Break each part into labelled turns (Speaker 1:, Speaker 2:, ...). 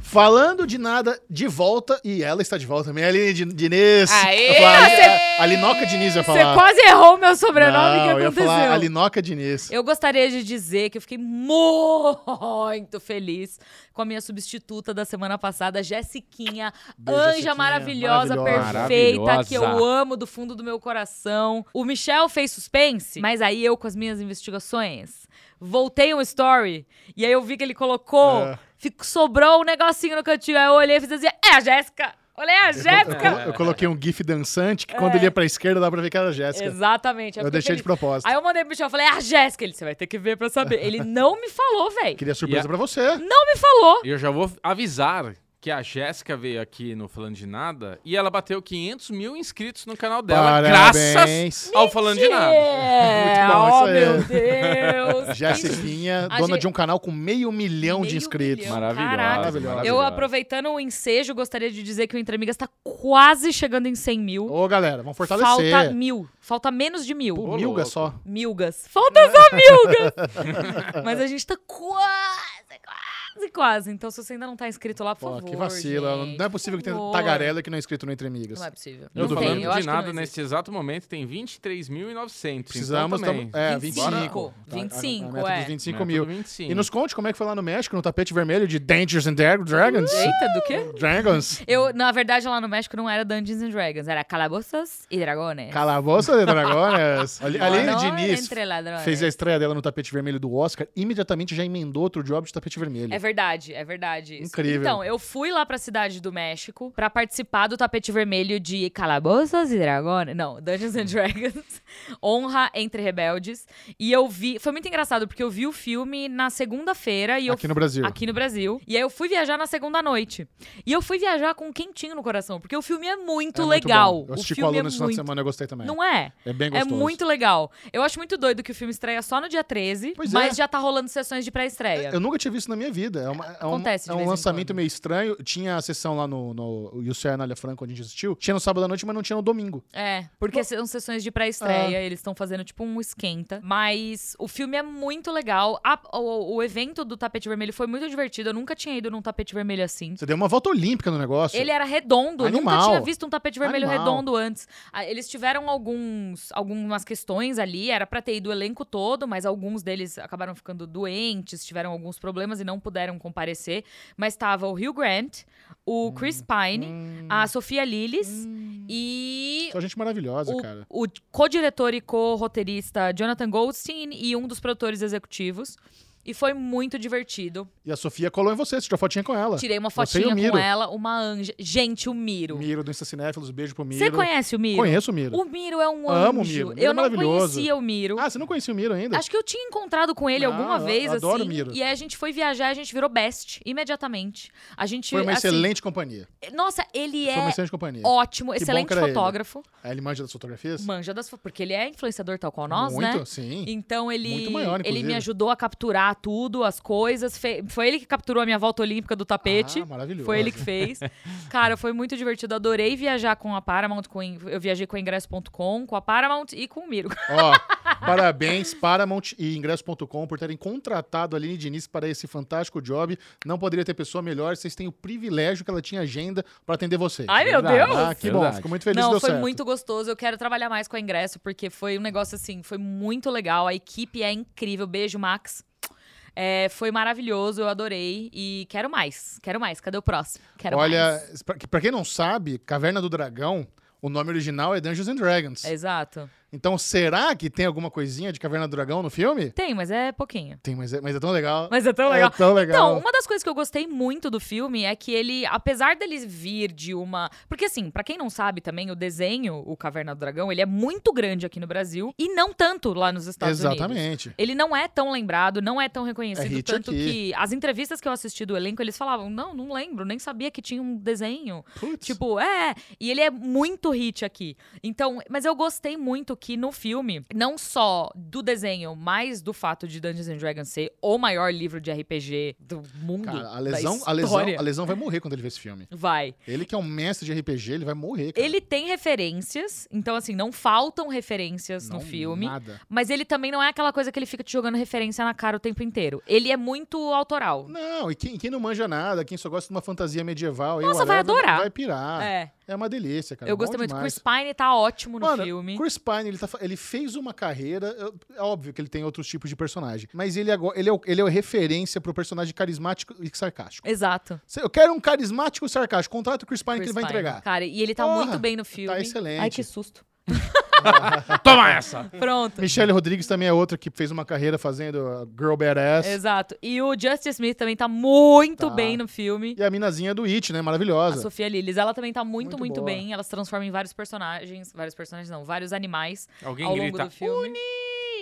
Speaker 1: Falando de nada, de volta, e ela está de volta também, a Aline Di- Diniz.
Speaker 2: Aê!
Speaker 1: Eu ia falar,
Speaker 2: Você-
Speaker 1: a- a Linoca Diniz eu ia
Speaker 3: Você
Speaker 1: falar.
Speaker 3: quase errou meu sobrenome, o
Speaker 1: Não,
Speaker 3: que
Speaker 1: eu ia
Speaker 3: aconteceu?
Speaker 1: falar a Linoca Diniz.
Speaker 3: Eu gostaria de dizer que eu fiquei muito feliz com a minha substituta da semana passada, Jessiquinha,
Speaker 1: Beijo,
Speaker 3: anja
Speaker 1: Jessiquinha.
Speaker 3: maravilhosa,
Speaker 1: Maravilhosa.
Speaker 3: perfeita, que eu
Speaker 2: Maravilhosa.
Speaker 3: amo do fundo do meu coração. O Michel fez suspense, mas aí eu com as minhas investigações voltei um story e aí eu vi que ele colocou,
Speaker 1: É.
Speaker 3: fico- sobrou um negocinho no cantinho, aí eu olhei e fiz assim, é a Jéssica! Olhei a
Speaker 1: Eu, colo-
Speaker 3: Jéssica!
Speaker 1: eu coloquei um gif dançante que quando ele ia pra esquerda dava pra ver que era a Jéssica.
Speaker 3: Exatamente. aí
Speaker 1: Eu
Speaker 3: É. fiquei
Speaker 1: deixei de
Speaker 3: feliz.
Speaker 1: propósito.
Speaker 3: Aí eu mandei pro Michel, falei, ah, Jéssica, ele, você vai ter que ver pra saber. Ele não me falou, velho.
Speaker 1: Queria surpresa
Speaker 2: E a-
Speaker 1: pra você.
Speaker 3: Não me falou.
Speaker 2: E eu já vou avisar que a Jéssica veio aqui no Falando de Nada e ela bateu 500 mil inscritos no canal dela,
Speaker 1: Parabéns.
Speaker 2: graças ao Falando de Nada.
Speaker 3: É,
Speaker 1: Muito bom,
Speaker 3: ó,
Speaker 1: isso aí.
Speaker 3: meu Deus.
Speaker 1: Jéssiquinha,
Speaker 3: A
Speaker 1: dona
Speaker 3: gente-
Speaker 1: de um canal com meio milhão de
Speaker 3: Meio
Speaker 1: inscritos.
Speaker 3: milhão.
Speaker 2: Maravilhosa,
Speaker 3: Caraca.
Speaker 2: maravilhosa.
Speaker 3: Eu, aproveitando o ensejo, gostaria de dizer que o Entre Amigas tá quase chegando em 100 mil.
Speaker 1: Ô, galera, vamos fortalecer.
Speaker 3: Falta mil. Falta menos de mil.
Speaker 1: Pô,
Speaker 2: Ô,
Speaker 1: milga
Speaker 2: louco.
Speaker 1: só.
Speaker 3: Milgas. Falta só milgas. Mas a gente tá quase, quase, quase. Então, se você ainda não tá inscrito lá, por
Speaker 1: Pô,
Speaker 3: favor,
Speaker 1: que vacila.
Speaker 3: gente,
Speaker 1: Não é possível que
Speaker 3: por
Speaker 1: tenha
Speaker 3: favor.
Speaker 1: tagarela que não é inscrito no Entre Amigas.
Speaker 3: Não é possível.
Speaker 1: Eu
Speaker 2: Eu
Speaker 3: não
Speaker 1: duvido.
Speaker 3: tem, eu
Speaker 2: falando
Speaker 3: acho
Speaker 2: de
Speaker 3: que não
Speaker 2: nada
Speaker 3: existe.
Speaker 2: neste exato momento, tem 23.900.
Speaker 1: Precisamos.
Speaker 2: então também.
Speaker 1: Tamo, é, 25.
Speaker 3: 25.
Speaker 1: Tá, a- a- a
Speaker 3: 25,
Speaker 1: meta
Speaker 3: é.
Speaker 1: dos 25
Speaker 2: Meta do
Speaker 1: mil.
Speaker 2: 25.
Speaker 1: E nos conte como é que foi lá no México, no tapete vermelho de Dangers and Dra- Dragons.
Speaker 3: Eita, do quê?
Speaker 1: Dragons.
Speaker 3: Eu, na verdade, lá no México não era Dungeons and Dragons, era Calabouças e Dragones.
Speaker 1: Calabouça de Dragones. Ali- A Aline
Speaker 3: Honor
Speaker 1: Diniz
Speaker 3: entre ladrões.
Speaker 1: fez a estreia dela no tapete vermelho do Oscar, imediatamente já emendou outro job de tapete vermelho.
Speaker 3: É verdade, é verdade. isso.
Speaker 1: Incrível.
Speaker 3: Então, eu fui lá pra Cidade do México pra participar do tapete vermelho de Calabouças e Dragones. Não,
Speaker 1: Uhum.
Speaker 3: Dungeons and Dragons. Honra entre Rebeldes. E eu vi. Foi muito engraçado, porque eu vi o filme na segunda-feira e eu
Speaker 1: Aqui no Brasil.
Speaker 3: Aqui no Brasil. E aí eu fui viajar na segunda noite. E eu fui viajar com um quentinho no coração, porque o filme é muito
Speaker 1: É muito
Speaker 3: legal.
Speaker 1: bom. Eu assisti
Speaker 3: o
Speaker 1: com o
Speaker 3: filme
Speaker 1: aluno
Speaker 3: é
Speaker 1: esse final de
Speaker 3: muito...
Speaker 1: semana, eu gostei também.
Speaker 3: Não é?
Speaker 1: É bem
Speaker 3: É
Speaker 1: gostoso.
Speaker 3: muito legal. Eu acho muito doido que o filme estreia só no dia 13,
Speaker 1: Pois
Speaker 3: mas
Speaker 1: é.
Speaker 3: já tá rolando sessões de pré-estreia.
Speaker 1: Eu nunca tive isso na minha vida. É, uma- é um-
Speaker 3: Acontece de
Speaker 1: é um
Speaker 3: vez em
Speaker 1: lançamento
Speaker 3: quando.
Speaker 1: meio estranho. Tinha a sessão lá no, no Yusuf Anália Franco, onde a gente assistiu. Tinha no sábado à noite, mas não tinha no domingo.
Speaker 3: É, porque são sessões de
Speaker 1: Ah.
Speaker 3: pré-estreia, eles estão fazendo tipo um esquenta. Mas o filme é muito legal. A- o, o evento do tapete vermelho foi muito divertido. Eu nunca tinha ido num tapete vermelho assim.
Speaker 1: Você deu uma volta olímpica no negócio.
Speaker 3: Ele era redondo, eu nunca
Speaker 1: Animal.
Speaker 3: tinha visto um tapete vermelho
Speaker 1: Animal.
Speaker 3: redondo antes. Ah, Eles tiveram alguns, algumas questões ali, era pra ter ido o elenco todo, mas alguns deles acabaram ficando doentes, tiveram alguns problemas e não puderam comparecer. Mas tava o Hugh Grant, o Chris Pine,
Speaker 1: Hum,
Speaker 3: é a Sofia Lillis
Speaker 1: hum.
Speaker 3: e
Speaker 1: Só gente maravilhosa, cara.
Speaker 3: o, o co-diretor e co-roteirista Jonathan Goldstein e um dos produtores executivos. E foi muito divertido.
Speaker 1: E a Sofia colou em você, você tirou fotinha com ela.
Speaker 3: Tirei uma
Speaker 1: Você e o
Speaker 3: fotinha
Speaker 1: Miro.
Speaker 3: com ela, uma anja. Gente, o Miro.
Speaker 1: Miro do Insta Cinéfilos, beijo pro Miro.
Speaker 3: Você conhece o Miro?
Speaker 1: Conheço o Miro.
Speaker 3: O Miro é um anjo.
Speaker 1: Amo o Miro. Ele é
Speaker 3: Eu não
Speaker 1: maravilhoso.
Speaker 3: conhecia o Miro.
Speaker 1: Ah, você não conhecia o Miro ainda?
Speaker 3: Acho que eu tinha encontrado com ele
Speaker 1: Não,
Speaker 3: alguma
Speaker 1: eu
Speaker 3: vez,
Speaker 1: adoro
Speaker 3: assim.
Speaker 1: o Miro.
Speaker 3: E aí a gente foi viajar, a gente virou best imediatamente. A gente.
Speaker 1: Foi uma
Speaker 3: assim,
Speaker 1: excelente companhia.
Speaker 3: Nossa, ele
Speaker 1: Foi uma
Speaker 3: é
Speaker 1: excelente companhia.
Speaker 3: ótimo,
Speaker 1: bom
Speaker 3: excelente
Speaker 1: que era ele.
Speaker 3: fotógrafo.
Speaker 1: Aí ele manja das fotografias?
Speaker 3: Manja das fo- Porque ele é influenciador tal qual nós,
Speaker 1: Muito,
Speaker 3: né?
Speaker 1: sim.
Speaker 3: Então ele,
Speaker 1: Muito maior,
Speaker 3: ele
Speaker 1: inclusive.
Speaker 3: me ajudou a capturar tudo, as coisas. Fe- Foi ele que capturou a minha volta olímpica do tapete.
Speaker 1: Ah, maravilhoso.
Speaker 3: Foi ele que fez. Cara, foi muito divertido. Adorei viajar com a Paramount. Com, eu viajei com a Ingresso.com, com a Paramount e com o Miro.
Speaker 1: Ó, parabéns, Paramount e Ingresso.com por terem contratado a Aline Diniz para esse fantástico job. Não poderia ter pessoa melhor. Vocês têm o privilégio que ela tinha agenda para atender vocês.
Speaker 3: Ai, meu
Speaker 2: Verdade.
Speaker 3: Deus!
Speaker 1: Ah, que bom.
Speaker 2: Verdade.
Speaker 1: Fico muito feliz que
Speaker 3: Não,
Speaker 1: deu
Speaker 3: foi
Speaker 1: certo.
Speaker 3: muito gostoso. Eu quero trabalhar mais com a Ingresso, porque foi um negócio assim, foi muito legal. A equipe é incrível. Beijo, Max. É, foi maravilhoso, eu adorei. E quero mais, quero mais. Cadê o próximo? Quero
Speaker 1: Olha,
Speaker 3: mais.
Speaker 1: pra- pra quem não sabe, Caverna do Dragão, o nome original é Dungeons and Dragons.
Speaker 3: Exato.
Speaker 1: Então, será que tem alguma coisinha de Caverna do Dragão no filme?
Speaker 3: Tem, mas é pouquinho.
Speaker 1: Tem, mas é, mas é tão legal.
Speaker 3: Mas é tão legal.
Speaker 1: É tão legal.
Speaker 3: Então, uma das coisas que eu gostei muito do filme é que ele, apesar dele vir de uma. Porque, assim, pra quem não sabe também, o desenho, o Caverna do Dragão, ele é muito grande aqui no Brasil e não tanto lá Então, nos Estados Unidos.
Speaker 1: Exatamente.
Speaker 3: Ele não é tão lembrado, não é tão reconhecido,
Speaker 1: hit
Speaker 3: tanto
Speaker 1: aqui.
Speaker 3: que as entrevistas que eu assisti do elenco, eles falavam: não, não lembro, nem sabia que tinha um desenho.
Speaker 1: Putz.
Speaker 3: Tipo, é. E ele é muito hit aqui. Então, mas eu gostei muito fato que no filme, não só do desenho, mas do fato de Dungeons and Dragons ser o maior livro de RPG do mundo.
Speaker 1: Cara, a
Speaker 3: da
Speaker 1: lesão, a, lesão,
Speaker 3: história.
Speaker 1: a lesão vai morrer quando ele ver esse filme.
Speaker 3: Vai.
Speaker 1: Ele que é um mestre de RPG, ele vai morrer. Cara.
Speaker 3: Ele tem referências, então assim, não faltam referências
Speaker 1: Não,
Speaker 3: no filme.
Speaker 1: Nada.
Speaker 3: Mas ele também não é aquela coisa que ele fica te jogando referência na cara o tempo inteiro. Ele é muito autoral.
Speaker 1: Não, e quem, quem não manja nada, quem só gosta de uma fantasia medieval, aí
Speaker 3: Nossa, vai
Speaker 1: whatever,
Speaker 3: adorar.
Speaker 1: Vai pirar. É,
Speaker 3: é.
Speaker 1: uma delícia, cara. tá
Speaker 3: eu
Speaker 1: Bom
Speaker 3: gostei muito.
Speaker 1: demais.
Speaker 3: Chris Pine tá ótimo no
Speaker 1: Mano,
Speaker 3: filme.
Speaker 1: Chris Pine, ele, tá fa- ele fez uma carreira. eu- É óbvio que ele tem outros tipos de personagem. Mas ele, agora, ele, é, o- ele é a referência pro personagem carismático e sarcástico.
Speaker 3: Exato.
Speaker 1: Se Eu quero um carismático e sarcástico. Contrata o Chris Pine que
Speaker 3: Chris
Speaker 1: ele vai
Speaker 3: Pine.
Speaker 1: entregar.
Speaker 3: Cara, e ele tá
Speaker 1: Porra,
Speaker 3: muito bem no filme.
Speaker 1: excelente. Hum.
Speaker 3: Ai, que susto.
Speaker 2: Toma essa!
Speaker 3: Pronto.
Speaker 1: Michelle Rodrigues também é outra que fez uma carreira fazendo a Girl Badass.
Speaker 3: Exato. E o Justice Smith também tá muito
Speaker 1: Tá.
Speaker 3: bem no filme.
Speaker 1: E a minazinha do It, né?
Speaker 3: A
Speaker 1: Maravilhosa.
Speaker 3: Sofia Lillis, ela também tá muito,
Speaker 1: Muito
Speaker 3: muito,
Speaker 1: boa.
Speaker 3: bem. Ela se transforma em vários personagens. Vários personagens, não. Vários animais
Speaker 2: Alguém
Speaker 3: ao longo
Speaker 2: grita.
Speaker 3: do filme.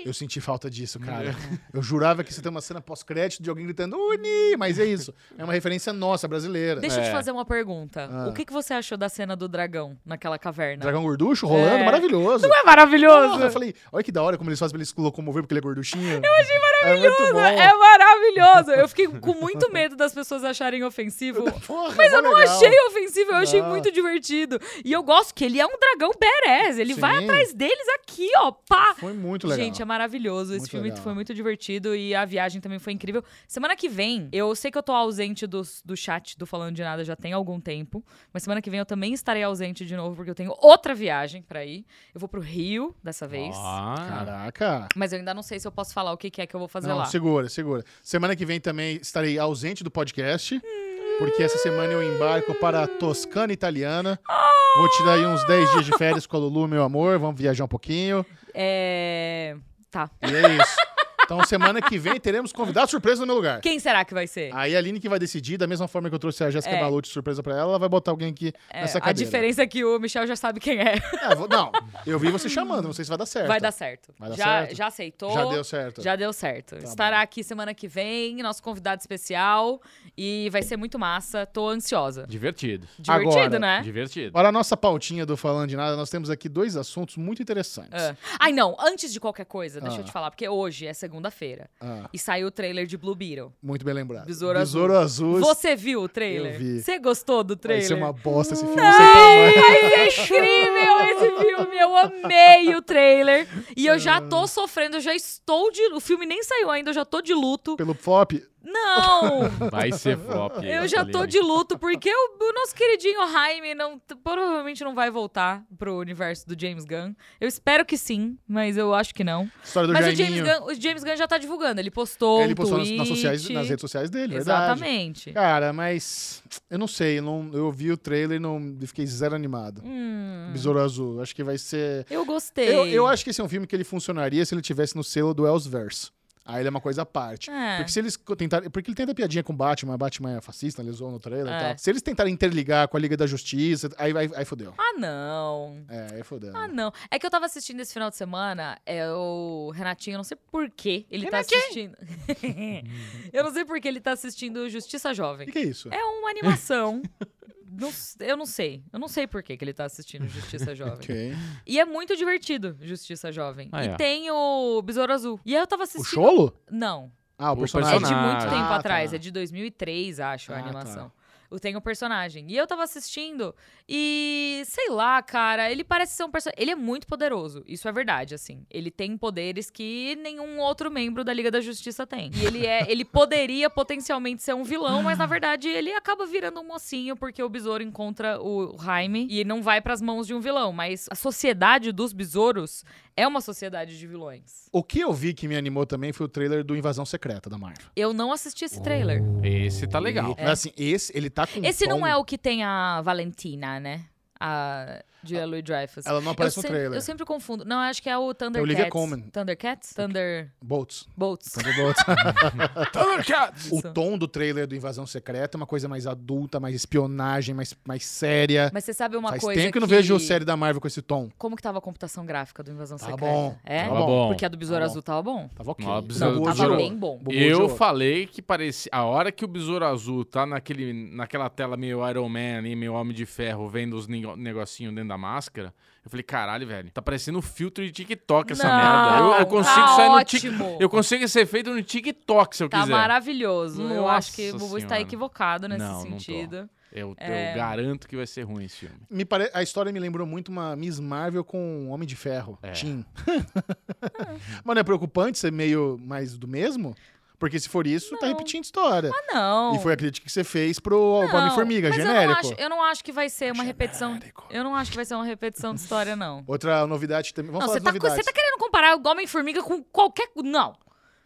Speaker 1: Eu senti falta disso,
Speaker 3: É.
Speaker 1: cara. Eu jurava que você tem uma cena pós-crédito de alguém gritando Uni! Mas é isso. É uma referência nossa, brasileira.
Speaker 3: Deixa eu
Speaker 2: É.
Speaker 3: te fazer uma pergunta.
Speaker 1: Ah.
Speaker 3: O que, que você achou da cena do dragão naquela caverna?
Speaker 1: Dragão gorducho rolando,
Speaker 3: É.
Speaker 1: maravilhoso.
Speaker 3: Não é maravilhoso?
Speaker 1: Porra, eu falei, olha que da hora como eles fazem pra ele se locomover porque ele é gorduchinho. Eu achei maravilhoso. É muito bom.
Speaker 3: É maravilhoso. Eu fiquei com muito medo das pessoas acharem ofensivo.
Speaker 1: Porra, é Mas eu não
Speaker 3: Achei ofensivo, eu achei
Speaker 1: Não.
Speaker 3: muito divertido. E eu gosto que ele é um dragão badass. Ele
Speaker 1: Sim.
Speaker 3: vai atrás deles aqui, ó. Pá!
Speaker 1: Foi muito legal.
Speaker 3: Gente, é maravilhoso. Esse
Speaker 1: Muito
Speaker 3: filme
Speaker 1: legal.
Speaker 3: foi muito divertido e a viagem também foi incrível. Semana que vem, eu sei que eu tô ausente dos- do chat do Falando de Nada já tem algum tempo, mas semana que vem eu também estarei ausente de novo porque eu tenho outra viagem pra ir. Eu vou pro Rio dessa vez,
Speaker 2: Ah,
Speaker 1: Caraca.
Speaker 3: mas eu ainda não sei se eu posso falar o que, que é que eu vou fazer
Speaker 1: Não,
Speaker 3: lá.
Speaker 1: segura, segura. Semana que vem também estarei ausente do podcast, porque essa semana eu embarco para a Toscana Italiana. Vou tirar aí uns 10 dias de férias com a Lulu, meu amor. Vamos viajar um pouquinho.
Speaker 3: É. Tá.
Speaker 1: E é isso. Então, semana que vem teremos convidado surpresa no meu lugar.
Speaker 3: Quem será que vai ser?
Speaker 1: Aí a Aline que vai decidir, da mesma forma que eu trouxe a Jéssica
Speaker 3: É.
Speaker 1: Balucci surpresa pra ela, ela vai botar alguém aqui
Speaker 3: É,
Speaker 1: nessa
Speaker 3: a
Speaker 1: cadeira.
Speaker 3: diferença é que o Michel já sabe quem é.
Speaker 1: É, vou- não, eu vi você chamando, não sei se vai dar certo.
Speaker 3: Vai dar certo.
Speaker 1: É, então. Vai dar
Speaker 3: já,
Speaker 1: certo?
Speaker 3: já aceitou.
Speaker 1: Já deu certo. Tá
Speaker 3: Já deu certo. Estará aqui semana que vem, nosso convidado especial. E vai ser muito massa. Tô ansiosa.
Speaker 2: divertido.
Speaker 3: Divertido,
Speaker 1: Agora,
Speaker 3: né?
Speaker 2: Divertido.
Speaker 1: Olha a nossa pautinha do Falando de Nada, nós temos aqui dois assuntos muito interessantes.
Speaker 3: Ah. Ai, não. Antes de qualquer coisa, deixa
Speaker 1: Ah.
Speaker 3: eu te falar. Porque hoje é segunda-feira.
Speaker 1: Ah,
Speaker 3: E saiu o trailer de Blue Beetle.
Speaker 1: muito bem lembrado.
Speaker 3: Besouro Azul.
Speaker 1: Azul.
Speaker 3: Você viu o trailer?
Speaker 1: Eu vi.
Speaker 3: Você gostou do
Speaker 1: Vai
Speaker 3: trailer?
Speaker 1: ser uma bosta esse filme, sem tamanho.
Speaker 3: É incrível esse filme, eu amei o trailer. E eu já
Speaker 1: Hum.
Speaker 3: tô sofrendo, eu já estou de. O filme nem saiu ainda, eu já tô de luto.
Speaker 1: Pelo flop,
Speaker 3: Não!
Speaker 2: Vai ser flop.
Speaker 1: tá
Speaker 3: Eu já tô
Speaker 2: Aline.
Speaker 3: de luto, porque o, o nosso queridinho Jaime não, t- provavelmente não vai voltar pro universo do James Gunn. Eu espero que sim, mas eu acho que não.
Speaker 1: história do
Speaker 3: mas o James,
Speaker 1: Jaiminho.
Speaker 3: Gunn, o James Gunn já tá divulgando, ele postou.
Speaker 1: Ele
Speaker 3: um
Speaker 1: postou nas,
Speaker 3: tweet,
Speaker 1: nas sociais- nas redes sociais dele, é verdade.
Speaker 3: Exatamente.
Speaker 1: Cara, mas eu não sei, eu não- eu vi o trailer e não eu fiquei zero animado.
Speaker 3: Hum,
Speaker 1: Besouro Azul, acho que vai ser...
Speaker 3: eu gostei.
Speaker 1: Eu, eu acho que esse é um filme que ele funcionaria se ele tivesse no selo do Elseverse. Aí ele é uma coisa à parte.
Speaker 3: É.
Speaker 1: Porque se eles co- tentarem. Porque ele tenta piadinha com Batman, Batman é fascista, ele zoou no trailer e
Speaker 3: É.
Speaker 1: tal. Se eles tentarem interligar com a Liga da Justiça, aí, aí, aí fodeu.
Speaker 3: Ah, não.
Speaker 1: É, aí fodeu.
Speaker 3: Ah, não. É que eu tava assistindo esse final de semana, é o Renatinho, eu não sei por que ele tá assistindo. eu não sei por que ele tá assistindo Justiça
Speaker 1: O
Speaker 3: Jovem.
Speaker 1: que, que é isso?
Speaker 3: É uma animação. Não s- eu não sei. Eu não sei por que que ele tá assistindo Justiça Jovem.
Speaker 1: Ok.
Speaker 3: E é muito divertido, Justiça Jovem.
Speaker 2: Ah,
Speaker 3: e
Speaker 2: é.
Speaker 3: tem o Besouro Azul. E aí eu tava
Speaker 1: O
Speaker 3: assistindo.
Speaker 1: Cholo?
Speaker 3: Não.
Speaker 1: Ah, o,
Speaker 2: O
Speaker 1: personagem.
Speaker 3: É de muito
Speaker 2: Ah,
Speaker 3: tempo
Speaker 1: tá.
Speaker 3: atrás. É de 2003, acho,
Speaker 1: Ah,
Speaker 3: a
Speaker 1: tá.
Speaker 3: animação. Eu tenho o personagem. E eu tava assistindo e, sei lá, cara, ele parece ser um personagem. Ele é muito poderoso, isso é verdade, assim. Ele tem poderes que nenhum outro membro da Liga da Justiça tem. E ele é. ele poderia potencialmente ser um vilão, mas na verdade ele acaba virando um mocinho, porque o besouro encontra o Jaime e não vai pras mãos de um vilão. Mas a sociedade dos besouros é uma sociedade de vilões.
Speaker 1: O que eu vi que me animou também foi o trailer do Invasão Secreta da Marvel.
Speaker 3: Eu não assisti esse trailer.
Speaker 2: Esse tá legal.
Speaker 1: Mas assim, esse, ele tá com. um
Speaker 3: Esse não
Speaker 1: tom-
Speaker 3: é o que tem a Valentina, né? A Julia Louis-Dreyfus.
Speaker 1: Ela não aparece no
Speaker 3: eu sempre,
Speaker 1: É trailer.
Speaker 3: Eu sempre confundo. Não, eu acho que é o Thundercats.
Speaker 1: Olivia Colman.
Speaker 3: Thundercats? Thunderbolts.
Speaker 1: Bolts. Sandra Bolts.
Speaker 2: Tá, Thundercats!
Speaker 1: o tom do trailer do Invasão Secreta é uma coisa mais adulta, mais espionagem, mais, mais séria.
Speaker 3: Mas você sabe uma
Speaker 1: Faz
Speaker 3: coisa
Speaker 1: tempo que eu não vejo série da Marvel com esse tom.
Speaker 3: Como que tava a computação gráfica do Invasão
Speaker 1: Tá
Speaker 3: Secreta?
Speaker 1: bom.
Speaker 3: É?
Speaker 1: Tá
Speaker 2: Tá bom.
Speaker 3: Porque a do Besouro
Speaker 1: Tá bom.
Speaker 3: Azul tava bom.
Speaker 1: Tava ok. Não,
Speaker 2: Não, O
Speaker 3: Tava
Speaker 2: Besouro-
Speaker 3: bem bom.
Speaker 1: Bobo
Speaker 2: Eu
Speaker 1: Joe.
Speaker 2: falei que parecia. A hora que o Besouro Azul tá naquele, naquela tela meio Iron Man ali, meio Homem de Ferro, vendo os nego- negocinho dentro da da máscara. Eu falei, caralho, velho, tá parecendo um filtro de TikTok essa
Speaker 3: Não,
Speaker 2: merda. Eu, eu consigo
Speaker 3: tá
Speaker 2: sair no TikTok.
Speaker 3: ótimo.
Speaker 2: Eu consigo ser feito no TikTok se eu
Speaker 3: Tá
Speaker 2: quiser.
Speaker 3: maravilhoso. eu
Speaker 2: Nossa
Speaker 3: acho que o Bubu está
Speaker 2: Senhora.
Speaker 3: equivocado nesse
Speaker 2: Não, não tô.
Speaker 3: sentido.
Speaker 2: Eu, eu
Speaker 3: É.
Speaker 2: garanto que vai ser ruim esse filme.
Speaker 1: Me pare... A história me lembrou muito uma Miss Marvel com um Homem de Ferro.
Speaker 2: É.
Speaker 1: Tim.
Speaker 3: Ah.
Speaker 1: Mas não é preocupante ser meio mais do mesmo? Porque se for isso, tá
Speaker 3: Não.
Speaker 1: repetindo história.
Speaker 3: Ah, não.
Speaker 1: E foi a crítica que você fez pro
Speaker 3: Não,
Speaker 1: Homem-Formiga,
Speaker 3: mas eu não
Speaker 1: genérico.
Speaker 3: acho- Eu não acho que vai ser uma repetição.
Speaker 1: Genérico.
Speaker 3: Eu não acho que vai ser uma repetição de história, não.
Speaker 1: Outra novidade também. Vamos
Speaker 3: Não,
Speaker 1: falar das
Speaker 3: você tá, co-
Speaker 1: novidades.
Speaker 3: você tá querendo comparar o Homem-Formiga com qualquer. Não.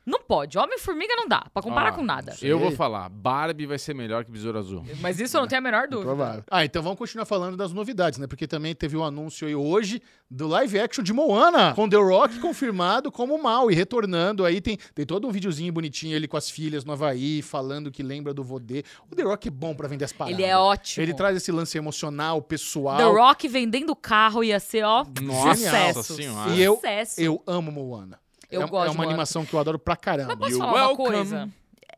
Speaker 3: Não pode. Homem-Formiga não dá pra comparar
Speaker 2: Ó,
Speaker 3: com nada.
Speaker 2: Eu vou
Speaker 1: Sei.
Speaker 2: falar, Barbie vai ser melhor que Besouro Azul.
Speaker 3: Mas isso eu não tenho a menor dúvida.
Speaker 1: Provável. Ah, então vamos continuar falando das novidades, né? Porque também teve um anúncio aí hoje do live action de Moana, com The Rock confirmado como mal e retornando. Aí tem, tem todo um videozinho bonitinho ele com as filhas no Havaí, falando que lembra do vô dele. O The Rock é bom pra vender as paradas.
Speaker 3: Ele é ótimo.
Speaker 1: Ele traz esse lance emocional, pessoal.
Speaker 3: The Rock vendendo carro ia ser, ó,
Speaker 2: Nossa
Speaker 3: sucesso.
Speaker 2: Senhora.
Speaker 1: E eu-
Speaker 3: sucesso.
Speaker 1: Eu amo Moana.
Speaker 3: Eu
Speaker 1: é,
Speaker 3: gosto
Speaker 1: é
Speaker 3: de
Speaker 1: uma
Speaker 3: Moana.
Speaker 1: animação que eu adoro pra caramba.
Speaker 3: Mas posso
Speaker 2: You're
Speaker 3: falar uma
Speaker 2: welcome.
Speaker 3: coisa?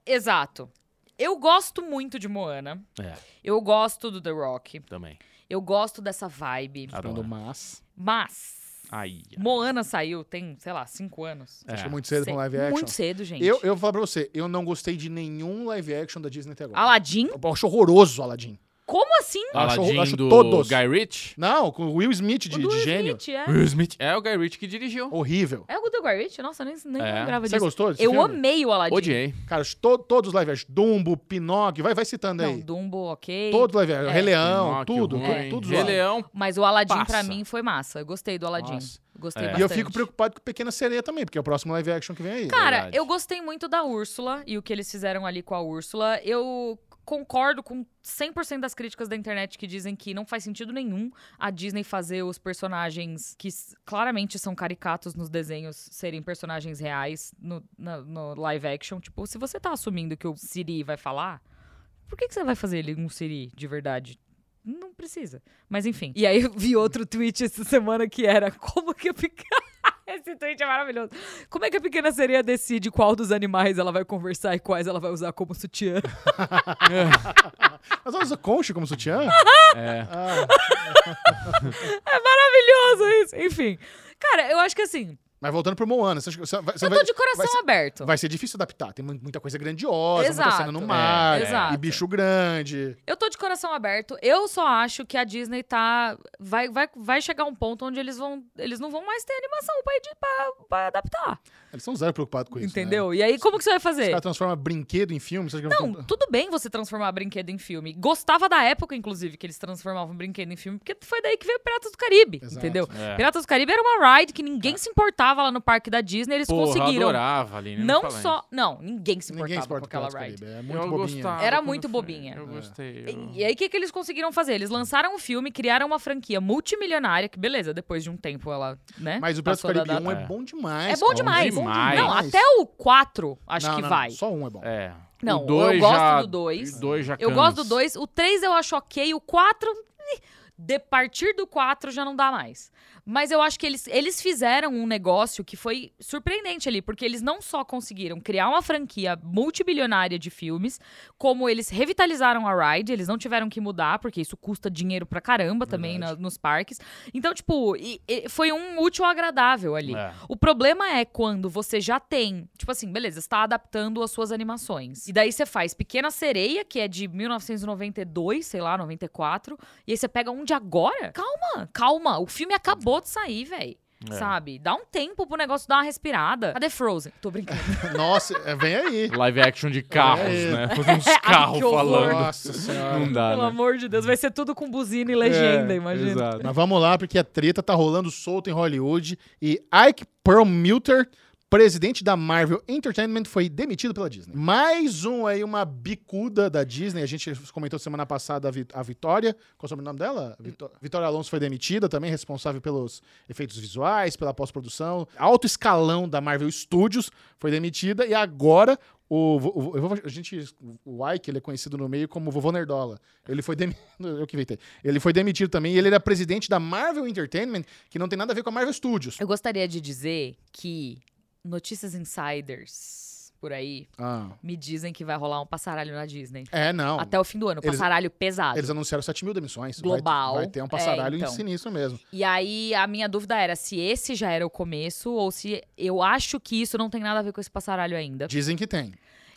Speaker 3: Exato. Eu gosto muito de Moana.
Speaker 2: É,
Speaker 3: Eu gosto do The Rock.
Speaker 2: também.
Speaker 3: Eu gosto dessa vibe.
Speaker 1: Falando
Speaker 2: Adoro.
Speaker 1: Mas.
Speaker 3: Mas
Speaker 2: Aí.
Speaker 3: Moana saiu tem, sei lá, cinco anos.
Speaker 1: Acho
Speaker 2: É.
Speaker 1: que é muito cedo pra um
Speaker 3: Sei-
Speaker 1: live action.
Speaker 3: Muito cedo, gente.
Speaker 1: Eu, eu vou falar pra você, eu não gostei de nenhum live action da Disney até agora.
Speaker 3: Aladdin?
Speaker 1: Eu acho horroroso, Aladdin.
Speaker 3: Como assim?
Speaker 1: Acho-
Speaker 2: Aladdin
Speaker 1: acho
Speaker 2: do
Speaker 1: todos.
Speaker 2: Guy Ritchie?
Speaker 1: Não, com o Will Smith de,
Speaker 3: o do
Speaker 1: de
Speaker 3: Will
Speaker 1: gênio.
Speaker 3: Smith, é.
Speaker 2: Will Smith. É o Guy Ritchie que dirigiu.
Speaker 1: Horrível.
Speaker 3: É o do Guy Ritchie? Nossa, eu nem, nem
Speaker 2: É.
Speaker 3: lembrava
Speaker 1: Você
Speaker 3: disso.
Speaker 1: gostou desse
Speaker 3: eu
Speaker 1: filme?
Speaker 3: amei o Aladdin.
Speaker 2: Odiei.
Speaker 1: Cara, acho to- todos os live action. Dumbo, Pinóquio, vai, vai citando
Speaker 3: Não,
Speaker 1: aí.
Speaker 3: Dumbo, ok.
Speaker 1: Todos os live action.
Speaker 3: É.
Speaker 1: Rei Leão,
Speaker 2: Pinóquio,
Speaker 1: tudo.
Speaker 2: ruim.
Speaker 1: tudo, tudo
Speaker 2: Rei
Speaker 1: zoado.
Speaker 2: Leão.
Speaker 3: Mas o Aladdin pra
Speaker 2: Passa.
Speaker 3: mim foi massa. Eu gostei do Aladdin.
Speaker 1: Nossa.
Speaker 3: Gostei
Speaker 2: É.
Speaker 1: E
Speaker 3: bastante.
Speaker 1: eu fico preocupado com Pequena Sereia também, porque é o próximo live action que vem aí.
Speaker 3: Cara,
Speaker 2: Verdade.
Speaker 3: eu gostei muito da Úrsula e o que eles fizeram ali com a Úrsula. Eu concordo com 100% das críticas da internet que dizem que não faz sentido nenhum a Disney fazer os personagens que s- claramente são caricatos nos desenhos serem personagens reais no, na- no live action. Tipo, se você tá assumindo que o Siri vai falar, por que, que você vai fazer ele um Siri de verdade? Não precisa. Mas enfim. E aí eu vi outro tweet essa semana que era como que eu fica. Esse tweet é maravilhoso. Como é que a pequena sereia decide qual dos animais ela vai conversar e quais ela vai usar como sutiã?
Speaker 1: Mas olha o concha como sutiã.
Speaker 2: É.
Speaker 1: Ah,
Speaker 3: É Maravilhoso isso. Enfim. Cara, eu acho que assim,
Speaker 1: mas voltando pro Moana, você acha que você vai, você
Speaker 3: eu
Speaker 1: vai,
Speaker 3: tô de coração
Speaker 1: vai ser-
Speaker 3: aberto.
Speaker 1: vai ser difícil adaptar. Tem mu- muita coisa grandiosa, muita cena no
Speaker 3: Exato.
Speaker 1: mar,
Speaker 3: É, exato.
Speaker 1: e bicho grande.
Speaker 3: Eu tô de coração aberto. Eu só acho que a Disney tá. Vai, vai, vai chegar um ponto onde eles vão. Eles não vão mais ter animação pra, edi- pra, pra adaptar.
Speaker 1: Eles são zero preocupados com isso. Né?
Speaker 3: entendeu? E aí, como que você vai
Speaker 1: Os
Speaker 3: fazer?
Speaker 1: caras transformam brinquedo em filme. Você acha que
Speaker 3: Não, tudo bem você transformar brinquedo em filme. Gostava da época, inclusive, que eles transformavam brinquedo em filme, porque foi daí que veio Piratas do Caribe,
Speaker 1: Exato. É.
Speaker 3: entendeu?
Speaker 2: É.
Speaker 3: Piratas do Caribe era uma ride que ninguém se importava lá no parque da Disney, eles
Speaker 2: Porra, eu
Speaker 3: conseguiram.
Speaker 2: adorava ali, né?
Speaker 3: Não
Speaker 2: fala aí.
Speaker 3: só. Não, ninguém se importava
Speaker 1: ninguém
Speaker 3: com
Speaker 1: exporta
Speaker 3: aquela
Speaker 1: Piratas do
Speaker 3: ride.
Speaker 1: Caribe. É muito
Speaker 2: Eu
Speaker 1: bobinha.
Speaker 2: gostava.
Speaker 3: Era
Speaker 2: quando
Speaker 3: muito
Speaker 2: fui.
Speaker 3: bobinha.
Speaker 2: Eu gostei. eu-
Speaker 3: E é- aí, o que, que eles conseguiram fazer? Eles lançaram um filme, criaram uma franquia multimilionária, que beleza, depois de um tempo ela, né?
Speaker 1: Mas o Piratas do
Speaker 3: passou da
Speaker 1: Caribe 1
Speaker 3: data.
Speaker 1: é
Speaker 2: É.
Speaker 1: bom demais.
Speaker 3: É bom
Speaker 1: cara.
Speaker 3: demais.
Speaker 2: demais.
Speaker 3: Não, até o 4 acho
Speaker 1: Não,
Speaker 3: que
Speaker 1: não, não.
Speaker 3: vai.
Speaker 1: Só um é bom.
Speaker 2: É.
Speaker 3: Não,
Speaker 2: o dois
Speaker 3: eu gosto
Speaker 2: já-
Speaker 3: do 2.
Speaker 2: O dois já
Speaker 3: Eu gosto do
Speaker 2: cansa.
Speaker 3: 2, o 3 eu acho ok, o 4. De partir do 4 já não dá mais. Mas eu acho que eles, eles fizeram um negócio que foi surpreendente ali, porque eles não só conseguiram criar uma franquia multibilionária de filmes, como eles revitalizaram a ride, eles não tiveram que mudar, porque isso custa dinheiro pra caramba também
Speaker 1: Verdade.
Speaker 3: na- nos parques. Então, tipo, e- e foi um útil ao agradável ali.
Speaker 2: É.
Speaker 3: O problema é quando você já tem, tipo assim, beleza, você tá adaptando as suas animações. E daí você faz Pequena Sereia, que é de 1992, sei lá, 94, e aí você pega um de agora? Calma, calma, o filme acabou de sair, velho.
Speaker 2: É.
Speaker 3: Sabe? Dá um tempo pro negócio dar uma respirada. Cadê Frozen? Tô brincando.
Speaker 1: Nossa, é, vem aí.
Speaker 2: Live action de carros,
Speaker 1: É.
Speaker 2: né? Fazendo uns
Speaker 3: Ai,
Speaker 2: carros
Speaker 3: que horror.
Speaker 2: falando.
Speaker 1: Nossa senhora.
Speaker 2: Não dá,
Speaker 3: Pelo
Speaker 2: né?
Speaker 3: amor de Deus, vai ser tudo com buzina e legenda,
Speaker 2: É,
Speaker 3: imagina.
Speaker 2: exato.
Speaker 1: Mas vamos lá, porque a treta tá rolando solta em Hollywood. E Ike Perlmutter, presidente da Marvel Entertainment, foi demitido pela Disney. Mais um aí, uma bicuda da Disney. A gente comentou semana passada a, Vi- a Vitória. Qual é o sobrenome dela? Vitó- Vitória Alonso foi demitida, também responsável pelos efeitos visuais, pela pós-produção. Alto escalão da Marvel Studios foi demitida. E agora... O, vo- o- eu vou- a gente, o Ike, ele é conhecido no meio como Vovô Nerdola. Ele foi demitido. Eu que inventei. Ele foi demitido também. E ele era presidente da Marvel Entertainment, que não tem nada a ver com a Marvel Studios.
Speaker 3: Eu gostaria de dizer que Notícias Insiders por aí,
Speaker 1: Ah.
Speaker 3: me dizem que vai rolar um passaralho na Disney.
Speaker 1: É, não.
Speaker 3: Até o fim do ano,
Speaker 1: Eles-
Speaker 3: passaralho pesado.
Speaker 1: Eles anunciaram 7 mil demissões. Vai-
Speaker 3: tá. Global.
Speaker 1: Vai, ter um passaralho
Speaker 3: É, então.
Speaker 1: sinistro mesmo.
Speaker 3: E aí a minha dúvida era se esse já era o começo ou se eu acho que isso não tem nada a ver com esse passaralho ainda.
Speaker 1: Dizem que tem.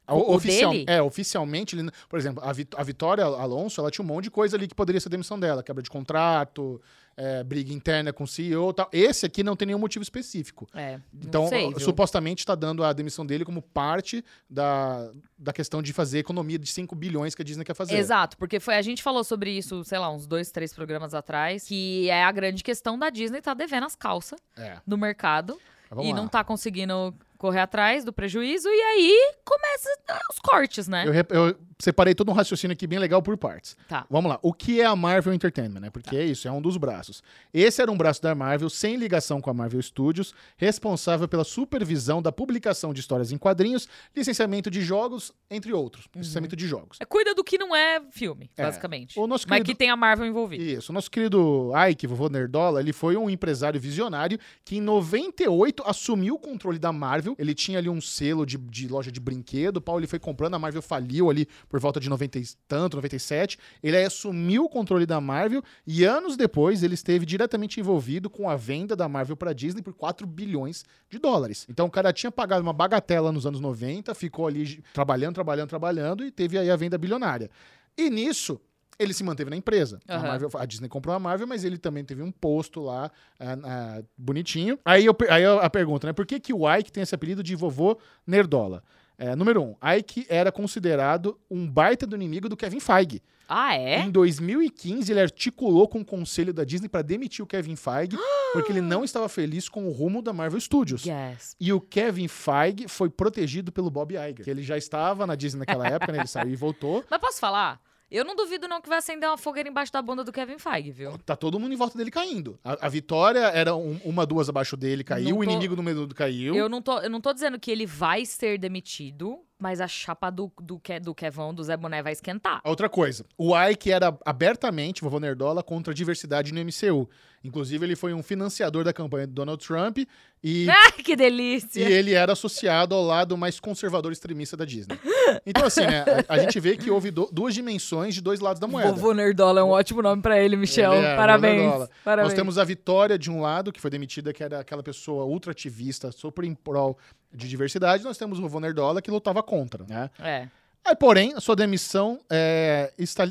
Speaker 3: O- o
Speaker 1: oficial-
Speaker 3: dele?
Speaker 1: É, oficialmente, ele, por exemplo, a, Vit- a Vitória Alonso, ela tinha um monte de coisa ali que poderia ser demissão dela. Quebra de contrato, é, briga interna com o CEO e tal. Esse aqui não tem nenhum motivo específico.
Speaker 3: É, não
Speaker 1: Então,
Speaker 3: sei,
Speaker 1: ó,
Speaker 3: viu?
Speaker 1: supostamente está dando a demissão dele como parte da, da questão de fazer economia de 5 bilhões que a Disney quer fazer.
Speaker 3: Exato, porque foi a gente falou sobre isso, sei lá, uns dois, três programas atrás, que é a grande questão da Disney tá devendo as calças
Speaker 1: É,
Speaker 3: no mercado
Speaker 1: mas vamos
Speaker 3: e
Speaker 1: lá.
Speaker 3: não tá conseguindo correr atrás do prejuízo e aí começa ah, os cortes, né?
Speaker 1: Eu, rep- eu separei todo um raciocínio aqui bem legal por partes.
Speaker 3: Tá.
Speaker 1: Vamos lá. O que é a Marvel Entertainment, né? Porque é isso, é um dos braços. Esse era um braço da Marvel sem ligação com a Marvel Studios, responsável pela supervisão da publicação de histórias em quadrinhos, licenciamento de jogos, entre outros.
Speaker 3: Uhum.
Speaker 1: Licenciamento de jogos.
Speaker 3: É, Cuida do que não é filme,
Speaker 1: É.
Speaker 3: basicamente.
Speaker 1: O nosso
Speaker 3: Mas
Speaker 1: querido-
Speaker 3: que tem a Marvel envolvida.
Speaker 1: Isso, o nosso querido Ike, vovô Nerdola, ele foi um empresário visionário que em 98 assumiu o controle da Marvel. Ele tinha ali um selo de, de loja de brinquedo, pau, ele foi comprando, a Marvel faliu ali por volta de 90 e tanto, 97. Ele aí assumiu o controle da Marvel e anos depois ele esteve diretamente envolvido com a venda da Marvel pra Disney por 4 bilhões de dólares. Então o cara tinha pagado uma bagatela nos anos 90, ficou ali gi- trabalhando, trabalhando, trabalhando e teve aí a venda bilionária. E nisso, ele se manteve na empresa. A,
Speaker 3: Aham.
Speaker 1: Marvel- a Disney comprou a Marvel, mas ele também teve um posto lá ah, ah, bonitinho. Aí, eu, per- aí eu- a pergunta, né? Por que, que o Ike tem esse apelido de vovô Nerdola? É, número um, Ike era considerado um baita do inimigo do Kevin Feige.
Speaker 3: Ah, é?
Speaker 1: Em 2015, ele articulou com o conselho da Disney para demitir o Kevin Feige, porque ele não estava feliz com o rumo da Marvel Studios.
Speaker 3: Yes.
Speaker 1: E o Kevin Feige foi protegido pelo Bob Iger, que ele já estava na Disney naquela época, né? Ele saiu e voltou.
Speaker 3: Mas posso falar? Eu não duvido não que vai acender uma fogueira embaixo da bunda do Kevin Feige, viu?
Speaker 1: Tá todo mundo em volta dele caindo. A, a vitória era um- uma, duas abaixo dele, caiu.
Speaker 3: Não
Speaker 1: O
Speaker 3: tô-
Speaker 1: inimigo número do caiu.
Speaker 3: Eu, não, tô, eu não tô dizendo que ele vai ser demitido, mas a chapa do, do, Ke- do Kevão, do Zé Boné, vai esquentar.
Speaker 1: A Outra coisa, o Ike era abertamente, vovô Nerdola, contra a diversidade no MCU. Inclusive, ele foi um financiador da campanha do Donald Trump e
Speaker 3: Ai, que
Speaker 1: E é
Speaker 3: delícia!
Speaker 1: ele era associado ao lado mais conservador extremista da Disney. Então, assim, né, a, a gente vê que houve do- duas dimensões de dois lados da moeda.
Speaker 3: Vovô Nerdola é um ótimo nome pra ele, Michel.
Speaker 1: Ele é, Vovô Nerdola.
Speaker 3: Parabéns. Parabéns.
Speaker 1: Nós temos a Vitória de um lado, que foi demitida, que era aquela pessoa ultra-ativista, super em prol de diversidade. Nós temos o Vovô Nerdola, que lutava contra, né?
Speaker 3: É.
Speaker 1: Aí, porém, a sua demissão é, está,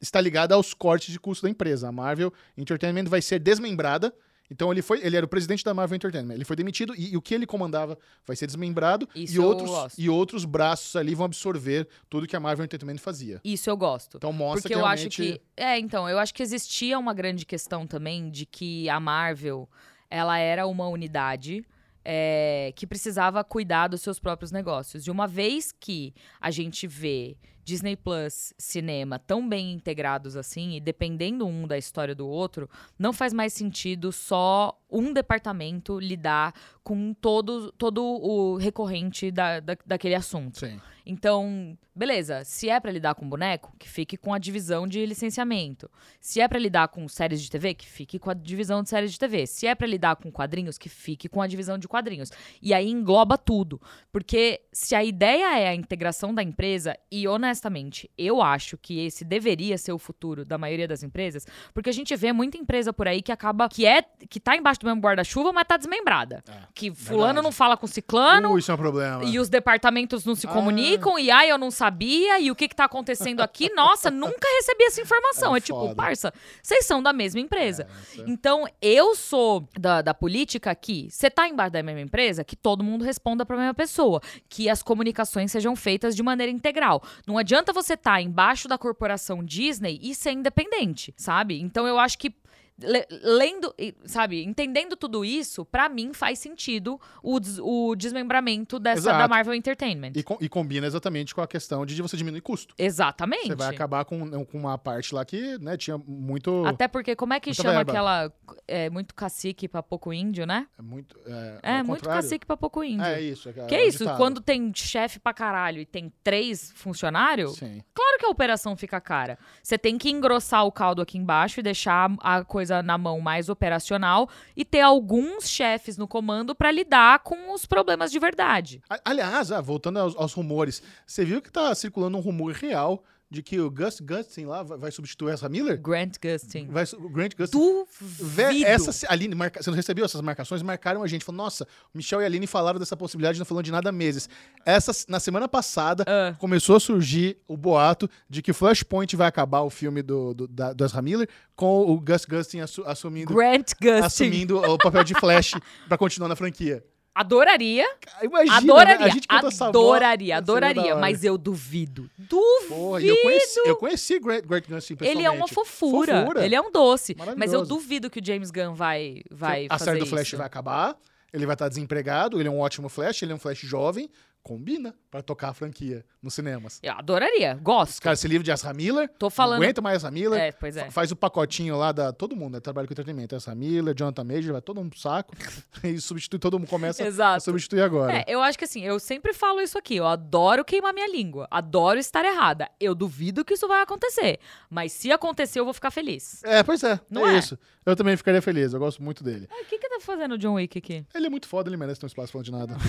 Speaker 1: está ligada aos cortes de custo da empresa. A Marvel Entertainment vai ser desmembrada. Então ele foi, ele era o presidente da Marvel Entertainment. Ele foi demitido e, e o que ele comandava vai ser desmembrado
Speaker 3: Isso
Speaker 1: e
Speaker 3: eu
Speaker 1: outros
Speaker 3: gosto.
Speaker 1: e outros braços ali vão absorver tudo que a Marvel Entertainment fazia.
Speaker 3: Isso eu gosto.
Speaker 1: Então mostra
Speaker 3: Porque
Speaker 1: que
Speaker 3: eu acho
Speaker 1: realmente
Speaker 3: que. É, então, eu acho que existia uma grande questão também de que a Marvel, ela era uma unidade é, que precisava cuidar dos seus próprios negócios. E uma vez que a gente vê Disney Plus, cinema tão bem integrados assim, e dependendo um da história do outro, não faz mais sentido só um departamento lidar com todo, todo o recorrente da, da, daquele assunto.
Speaker 1: sim.
Speaker 3: Então, beleza, se é pra lidar com boneco, que fique com a divisão de licenciamento. Se é pra lidar com séries de TV, que fique com a divisão de séries de TV. Se é pra lidar com quadrinhos, que fique com a divisão de quadrinhos. E aí engloba tudo, porque se a ideia é a integração da empresa, e honestamente, eu acho que esse deveria ser o futuro da maioria das empresas, porque a gente vê muita empresa por aí que acaba que é que tá embaixo do mesmo guarda-chuva, mas tá desmembrada.
Speaker 1: É,
Speaker 3: que fulano
Speaker 1: verdade.
Speaker 3: não fala com ciclano,
Speaker 1: Uh, isso é um problema.
Speaker 3: e os departamentos não se
Speaker 1: Ah.
Speaker 3: comunicam, e ai, eu não sabia, e o que que tá acontecendo aqui? Nossa, nunca recebi essa informação.
Speaker 1: É
Speaker 3: É, tipo,
Speaker 1: foda. É.
Speaker 3: parça, vocês são da mesma empresa.
Speaker 1: Essa-
Speaker 3: Então, eu sou da, da política aqui. Você tá embaixo da mesma empresa, que todo mundo responda pra mesma pessoa. Que as comunicações sejam feitas de maneira integral. Não adianta você estar embaixo da corporação Disney e ser independente, sabe? Então, eu acho que. le- Lendo, e, sabe, entendendo tudo isso, pra mim faz sentido o, des- o desmembramento dessa da
Speaker 1: Exato.
Speaker 3: Marvel Entertainment.
Speaker 1: E, co- e combina exatamente com a questão de você diminuir custo.
Speaker 3: Exatamente.
Speaker 1: Você vai acabar com, com uma parte lá que né, tinha muito.
Speaker 3: Até porque, como é que
Speaker 1: Muita
Speaker 3: chama
Speaker 1: verba.
Speaker 3: aquela. É, muito cacique pra pouco índio, né?
Speaker 1: muito é,
Speaker 3: É,
Speaker 1: ao
Speaker 3: muito
Speaker 1: contrário.
Speaker 3: cacique pra pouco índio.
Speaker 1: É isso. é-
Speaker 3: Que
Speaker 1: é o
Speaker 3: isso?
Speaker 1: ditado.
Speaker 3: Quando tem chefe pra caralho e tem três funcionários,
Speaker 1: Sim.
Speaker 3: claro que a operação fica cara. Você tem que engrossar o caldo aqui embaixo e deixar a coisa na mão mais operacional e ter alguns chefes no comando pra lidar com os problemas de verdade.
Speaker 1: A- Aliás, ah, voltando aos, aos rumores, você viu que tá circulando um rumor real de que o Gus Gustin lá vai, vai substituir essa Miller?
Speaker 3: Grant Gustin.
Speaker 1: Vai, su- o Grant Gustin. Vé,
Speaker 3: Duvido.
Speaker 1: essa se- Aline, marca- você não recebeu essas marcações? Marcaram a gente. Falou, nossa, o Michel e a Aline falaram dessa possibilidade, não falando de nada há meses. Essa, se- na semana passada,
Speaker 3: Ah.
Speaker 1: começou a surgir o boato de que Flashpoint vai acabar o filme do, do, da- do Ezra Miller com o Gus Gustin assu- assumindo,
Speaker 3: Grant Gustin.
Speaker 1: assumindo o papel de Flash pra continuar na franquia.
Speaker 3: Adoraria.
Speaker 1: Cara, Imagina,
Speaker 3: adoraria.
Speaker 1: né? a gente canta essa voz,
Speaker 3: adoraria,
Speaker 1: seria da
Speaker 3: adoraria.
Speaker 1: hora.
Speaker 3: Mas eu duvido. Duvido.
Speaker 1: Porra, e eu conheci, eu conheci Grant, Grant Gustin assim, pessoalmente.
Speaker 3: Ele é uma fofura.
Speaker 1: Fofura.
Speaker 3: Ele é um doce. Mas eu
Speaker 1: Maravilhoso.
Speaker 3: duvido que o James Gunn vai, vai
Speaker 1: A
Speaker 3: fazer
Speaker 1: série do
Speaker 3: isso.
Speaker 1: Flash vai acabar, ele vai estar desempregado, ele é um ótimo Flash, ele é um Flash jovem, combina pra tocar a franquia nos cinemas.
Speaker 3: Eu adoraria.
Speaker 1: Os
Speaker 3: Gosto.
Speaker 1: caras se livram de Ezra Miller,
Speaker 3: Tô falando...
Speaker 1: não aguenta mais Ezra Miller,
Speaker 3: É, pois é.
Speaker 1: fa- faz o pacotinho lá da todo mundo, né? Trabalha com entretenimento, Ezra Miller, Jonathan Major, vai todo mundo pro saco e substitui, todo mundo começa a
Speaker 3: Exato.
Speaker 1: substituir agora.
Speaker 3: É, eu acho que assim, eu sempre falo isso aqui. Eu adoro queimar minha língua. Adoro estar errada. Eu duvido que isso vai acontecer. Mas se acontecer, eu vou ficar feliz.
Speaker 1: É, pois é,
Speaker 3: Não
Speaker 1: é
Speaker 3: é?
Speaker 1: isso. Eu também ficaria feliz, eu gosto muito dele.
Speaker 3: Ah, O que que tá fazendo o John Wick aqui?
Speaker 1: Ele é muito foda, ele merece ter um espaço falando de nada.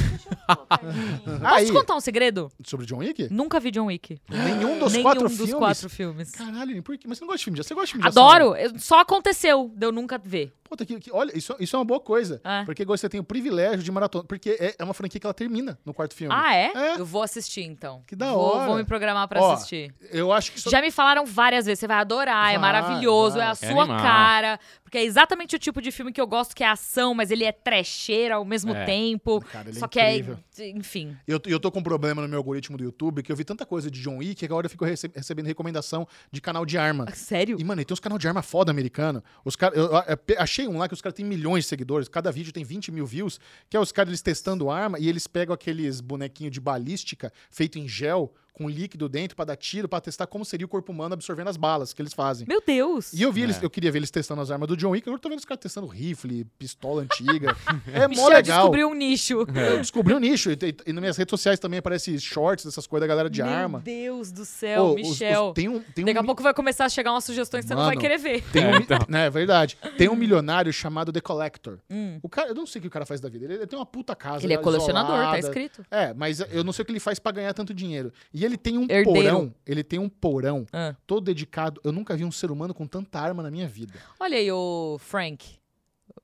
Speaker 3: Posso
Speaker 1: Tá Aí,
Speaker 3: te contar um segredo?
Speaker 1: sobre John Wick?
Speaker 3: Nunca vi John Wick.
Speaker 1: Nenhum dos
Speaker 3: Nenhum
Speaker 1: quatro
Speaker 3: dos
Speaker 1: filmes.
Speaker 3: quatro filmes.
Speaker 1: Caralho, por quê? Mas você não gosta de filme? de- Você gosta de filme de ação?
Speaker 3: Adoro. eu- Só aconteceu de eu nunca ver.
Speaker 1: Puta, que, que- olha, isso, isso é uma boa coisa.
Speaker 3: É.
Speaker 1: Porque agora você tem o privilégio de maratona. Porque é, é uma franquia que ela termina no quarto filme.
Speaker 3: Ah, é?
Speaker 1: É.
Speaker 3: Eu vou assistir, então.
Speaker 1: Que da
Speaker 3: Vou,
Speaker 1: hora.
Speaker 3: vou me programar pra
Speaker 1: Ó,
Speaker 3: assistir.
Speaker 1: Eu acho que isso.
Speaker 3: Já me falaram várias vezes, você vai adorar, é
Speaker 1: Vai,
Speaker 3: maravilhoso,
Speaker 1: vai.
Speaker 3: é
Speaker 1: É
Speaker 3: a sua
Speaker 2: animal.
Speaker 3: cara. Porque é exatamente o tipo de filme que eu gosto, que é ação, mas ele é trecheira ao mesmo
Speaker 2: É.
Speaker 3: tempo.
Speaker 1: Cara, ele é
Speaker 3: só que
Speaker 1: incrível.
Speaker 3: é, enfim.
Speaker 1: Eu, eu tô com um problema no meu algoritmo do YouTube que eu vi tanta coisa de John Wick que agora eu fico rece- recebendo recomendação de canal de arma.
Speaker 3: Ah, Sério?
Speaker 1: E, mano, e tem uns canal de arma foda americano. Os cara, eu, eu- eu pe- achei um lá que os caras têm milhões de seguidores, cada vídeo tem 20 mil views, que é os caras eles testando arma e eles pegam aqueles bonequinhos de balística feito em gel, com líquido dentro pra dar tiro, pra testar como seria o corpo humano absorvendo as balas que eles fazem.
Speaker 3: Meu Deus!
Speaker 1: E eu vi
Speaker 2: É.
Speaker 1: eles, eu queria ver eles testando as armas do John Wick, agora eu tô vendo os caras testando rifle, pistola antiga. é mó
Speaker 3: Michel
Speaker 1: legal.
Speaker 3: descobriu um nicho.
Speaker 1: Eu descobri um nicho. E, e- e nas minhas redes sociais também aparece shorts dessas coisas da galera de
Speaker 3: Meu
Speaker 1: arma.
Speaker 3: Deus do céu,
Speaker 1: Ô, os- os-
Speaker 3: Michel.
Speaker 1: tem um, tem
Speaker 3: Daqui
Speaker 1: um,
Speaker 3: a pouco vai começar a chegar umas sugestões que você não vai
Speaker 1: Mano.
Speaker 3: querer ver.
Speaker 1: Tem um,
Speaker 2: então,
Speaker 1: né, é verdade. Tem um milionário chamado The Collector.
Speaker 3: Hum.
Speaker 1: O cara, eu não sei o que o cara faz da vida. Ele, ele tem uma puta casa.
Speaker 3: Ele é colecionador, tá
Speaker 1: isolada.
Speaker 3: escrito.
Speaker 1: É, mas eu não sei o que ele faz pra ganhar tanto dinheiro. E ele tem um
Speaker 3: Herdeiro.
Speaker 1: porão. Ele tem um porão
Speaker 3: Ah.
Speaker 1: todo dedicado. Eu nunca vi um ser humano com tanta arma na minha vida.
Speaker 3: Olha aí o Frank.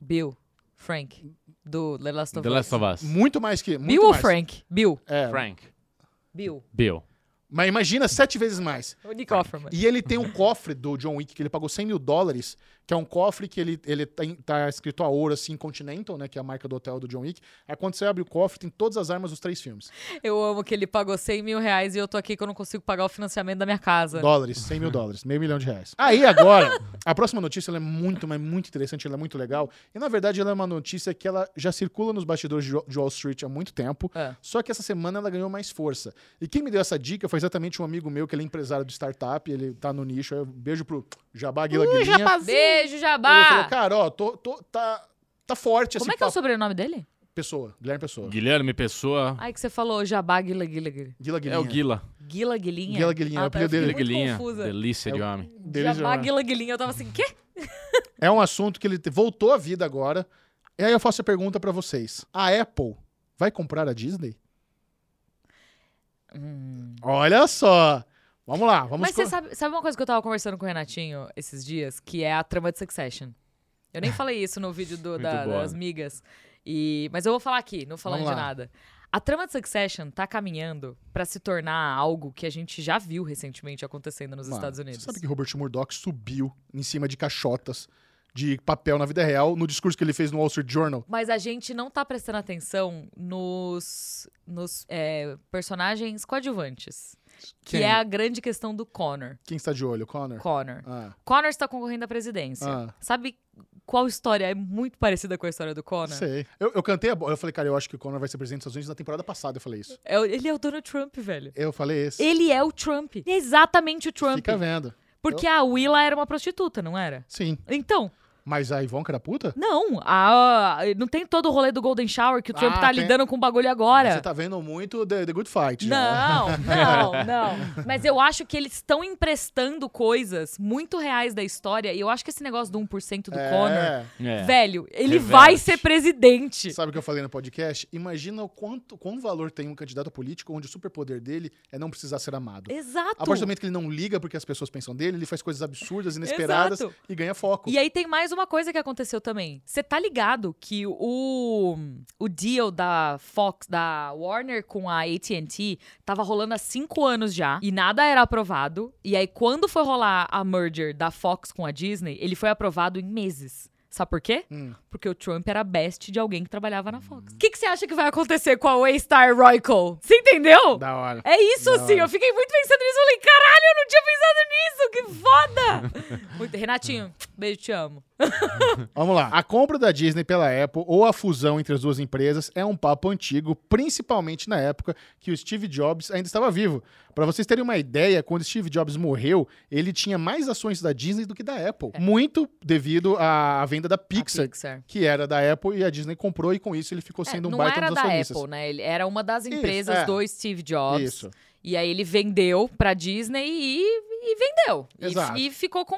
Speaker 3: Bill. Frank. Do The Last of
Speaker 2: The
Speaker 3: Us.
Speaker 2: Last of Us.
Speaker 1: Muito mais que. Muito
Speaker 3: Bill ou
Speaker 1: mais.
Speaker 3: Frank? Bill.
Speaker 1: É,
Speaker 2: Frank.
Speaker 3: Bill.
Speaker 2: Bill.
Speaker 1: Mas imagina sete vezes mais.
Speaker 3: O Nick Offerman.
Speaker 1: E ele tem um cofre do John Wick que ele pagou 100 mil dólares, que é um cofre que ele, ele tá, em- tá escrito a ouro, assim, Continental, né? Que é a marca do hotel do John Wick. Aí quando você abre o cofre, tem todas as armas dos três filmes.
Speaker 3: Eu amo que ele pagou 100 mil reais e eu tô aqui que eu não consigo pagar o financiamento da minha casa.
Speaker 1: Dólares, 100 mil dólares, meio milhão de reais. Aí agora, a próxima notícia ela é muito, mas muito interessante, ela é muito legal. E na verdade ela é uma notícia que ela já circula nos bastidores de Wa- de Wall Street há muito tempo.
Speaker 3: É.
Speaker 1: Só que essa semana ela ganhou mais força. E quem me deu essa dica foi exatamente um amigo meu, que ele é empresário de startup, ele tá no nicho. aí eu- Beijo pro Jabá Guila Guilinha.
Speaker 3: Beijo,
Speaker 1: Ele
Speaker 3: Jabá!
Speaker 1: falou, cara, ó, tô, tô- tá, tá forte
Speaker 3: Como
Speaker 1: esse
Speaker 3: é que é o
Speaker 1: papo.
Speaker 3: sobrenome dele?
Speaker 1: Pessoa, Guilherme Pessoa.
Speaker 2: Guilherme Pessoa.
Speaker 3: Ai, que você falou Jabá Guila Guila Guila.
Speaker 1: Guila Guilinha.
Speaker 2: É o Guila.
Speaker 3: Guila Guilinha?
Speaker 1: Guila Guilinha, é o
Speaker 3: ah, tá, eu
Speaker 1: apelido
Speaker 3: fiquei
Speaker 1: dele.
Speaker 2: Guila
Speaker 3: muito
Speaker 2: Guilinha.
Speaker 3: confusa.
Speaker 1: É
Speaker 2: Delícia de homem.
Speaker 1: Dele
Speaker 3: Jabá
Speaker 1: já-
Speaker 3: Guila Guilinha. Eu tava assim, quê?
Speaker 1: É um assunto que ele te- voltou à vida agora. E aí eu faço a pergunta pra vocês. A Apple vai comprar a Disney? Olha só. Vamos lá, vamos
Speaker 3: Hum. Mas você
Speaker 1: co-
Speaker 3: sabe, sabe uma coisa que eu tava conversando com o Renatinho esses dias? Que é a trama de Succession. Eu nem falei isso no vídeo do-
Speaker 2: Muito
Speaker 3: da-
Speaker 2: boa.
Speaker 3: das migas. E, mas eu vou falar aqui, não falando
Speaker 1: Vamos
Speaker 3: de
Speaker 1: lá.
Speaker 3: nada. A trama de Succession tá caminhando pra se tornar algo que a gente já viu recentemente acontecendo nos
Speaker 1: Mano,
Speaker 3: Estados Unidos.
Speaker 1: Você sabe que Robert Murdoch subiu em cima de caixotas de papel na vida real no discurso que ele fez no Wall Street Journal?
Speaker 3: Mas a gente não tá prestando atenção nos, nos é, personagens coadjuvantes. Que
Speaker 1: Quem?
Speaker 3: é a grande questão do Connor.
Speaker 1: Quem está de olho? Connor?
Speaker 3: Connor.
Speaker 1: Ah,
Speaker 3: Connor está concorrendo à presidência.
Speaker 1: Ah.
Speaker 3: Sabe qual história é muito parecida com a história do Connor?
Speaker 1: sei. Eu, eu cantei a bola. Eu falei, cara, eu acho que o Connor vai ser presidente dos Estados Unidos na temporada passada. Eu falei isso.
Speaker 3: É o- ele é o Donald Trump, velho.
Speaker 1: Eu falei esse.
Speaker 3: Ele é o Trump. Ele é exatamente o Trump.
Speaker 1: Fica vendo.
Speaker 3: Porque a Willa era uma prostituta, não era?
Speaker 1: Sim.
Speaker 3: Então,
Speaker 1: Mas a Ivonne que era puta?
Speaker 3: Não, a- não tem todo o rolê do Golden Shower que o Trump
Speaker 1: Ah,
Speaker 3: tá
Speaker 1: tem-
Speaker 3: lidando com o bagulho agora.
Speaker 1: Você tá vendo muito The, The Good Fight. já.
Speaker 3: Não, não, não. Mas eu acho que eles estão emprestando coisas muito reais da história. E eu acho que esse negócio do 1% do Connor,
Speaker 1: É.
Speaker 3: velho, ele
Speaker 2: Reverte.
Speaker 3: vai ser presidente.
Speaker 1: Sabe o que eu falei no podcast? Imagina o quanto, quão valor tem um candidato político onde o superpoder dele é não precisar ser amado. A
Speaker 3: Exato.
Speaker 1: partir do momento que ele não liga porque as pessoas pensam dele, ele faz coisas absurdas, inesperadas
Speaker 3: Exato.
Speaker 1: e ganha foco.
Speaker 3: E aí tem mais uma coisa que aconteceu também. Você tá ligado que o, o deal da Fox, da Warner com a AT&T tava rolando há cinco anos já e nada era aprovado. E aí quando foi rolar a merger da Fox com a Disney, ele foi aprovado em meses. Sabe por quê?
Speaker 1: Hum.
Speaker 3: Porque o Trump era best de alguém que trabalhava na Fox. O que que você acha que vai acontecer com a Waystar Royco? Você entendeu?
Speaker 1: Da hora.
Speaker 3: É isso,
Speaker 1: Da
Speaker 3: assim.
Speaker 1: hora.
Speaker 3: Eu fiquei muito pensando nisso. Eu falei, caralho, eu não tinha pensado nisso. Que foda. Muito- Renatinho, beijo, te amo.
Speaker 1: Vamos lá. A compra da Disney pela Apple ou a fusão entre as duas empresas é um papo antigo, principalmente na época que o Steve Jobs ainda estava vivo. Para vocês terem uma ideia, quando Steve Jobs morreu, ele tinha mais ações da Disney do que da Apple.
Speaker 3: É.
Speaker 1: Muito devido à à venda da Pixar,
Speaker 3: A Pixar.
Speaker 1: que era da Apple e a Disney comprou e com isso ele ficou
Speaker 3: É,
Speaker 1: sendo um
Speaker 3: não
Speaker 1: baita
Speaker 3: era
Speaker 1: dos
Speaker 3: da
Speaker 1: acionistas.
Speaker 3: Apple, né? Ele era uma das
Speaker 1: Isso,
Speaker 3: empresas
Speaker 1: é.
Speaker 3: do Steve Jobs.
Speaker 1: Isso.
Speaker 3: E aí ele vendeu pra Disney e, e vendeu. E-
Speaker 1: Exato.
Speaker 3: E, ficou com.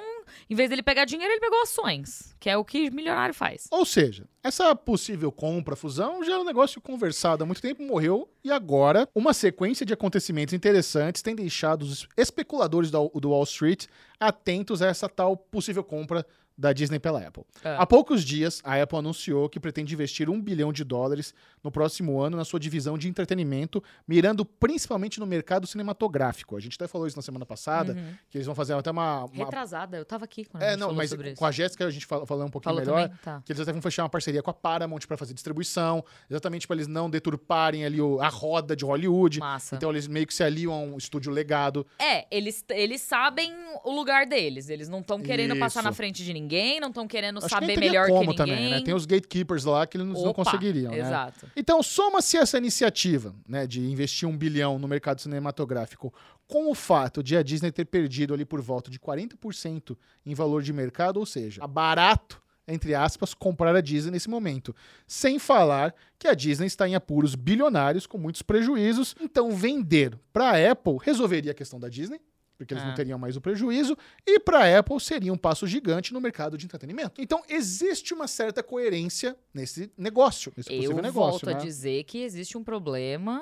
Speaker 3: Em vez dele pegar dinheiro, ele pegou ações. Que é o que milionário faz.
Speaker 1: Ou seja, essa possível compra, fusão, já é um negócio conversado há muito tempo, morreu, e agora uma sequência de acontecimentos interessantes tem deixado os especuladores da- do Wall Street atentos a essa tal possível compra da Disney pela Apple.
Speaker 3: É.
Speaker 1: Há poucos dias, a Apple anunciou que pretende investir um bilhão de dólares no próximo ano na sua divisão de entretenimento, mirando principalmente no mercado cinematográfico. A gente até falou isso na semana passada,
Speaker 3: Uhum.
Speaker 1: que eles vão fazer até uma... uma-
Speaker 3: Retrasada, eu tava aqui quando a
Speaker 1: É,
Speaker 3: gente
Speaker 1: não,
Speaker 3: falou
Speaker 1: mas
Speaker 3: sobre isso.
Speaker 1: com a Jéssica a gente fala- falou um pouquinho
Speaker 3: Falou
Speaker 1: melhor.
Speaker 3: também? Tá.
Speaker 1: Que eles até vão fechar uma parceria com a Paramount para fazer distribuição, exatamente para eles não deturparem ali o- a roda de Hollywood.
Speaker 3: Massa.
Speaker 1: Então eles meio que se aliam a um estúdio legado.
Speaker 3: É, eles, eles sabem o lugar deles. Eles não estão querendo passar
Speaker 1: Isso.
Speaker 3: na frente de ninguém, não estão querendo
Speaker 1: Acho que
Speaker 3: saber
Speaker 1: nem teria
Speaker 3: melhor
Speaker 1: como
Speaker 3: que ninguém.
Speaker 1: também, né? Tem os gatekeepers lá que eles não
Speaker 3: Opa,
Speaker 1: conseguiriam, né?
Speaker 3: Exato.
Speaker 1: Então soma-se essa iniciativa, né, de investir um bilhão no mercado cinematográfico com o fato de a Disney ter perdido ali por volta de 40% em valor de mercado, ou seja, a barato entre aspas, comprar a Disney nesse momento. Sem falar que a Disney está em apuros bilionários com muitos prejuízos. Então, vender para a Apple resolveria a questão da Disney, porque eles
Speaker 3: Ah.
Speaker 1: não teriam mais o prejuízo, e para a Apple seria um passo gigante no mercado de entretenimento. Então, existe uma certa coerência nesse negócio, nesse possível
Speaker 3: Eu
Speaker 1: negócio.
Speaker 3: volto
Speaker 1: né?
Speaker 3: a dizer que existe um problema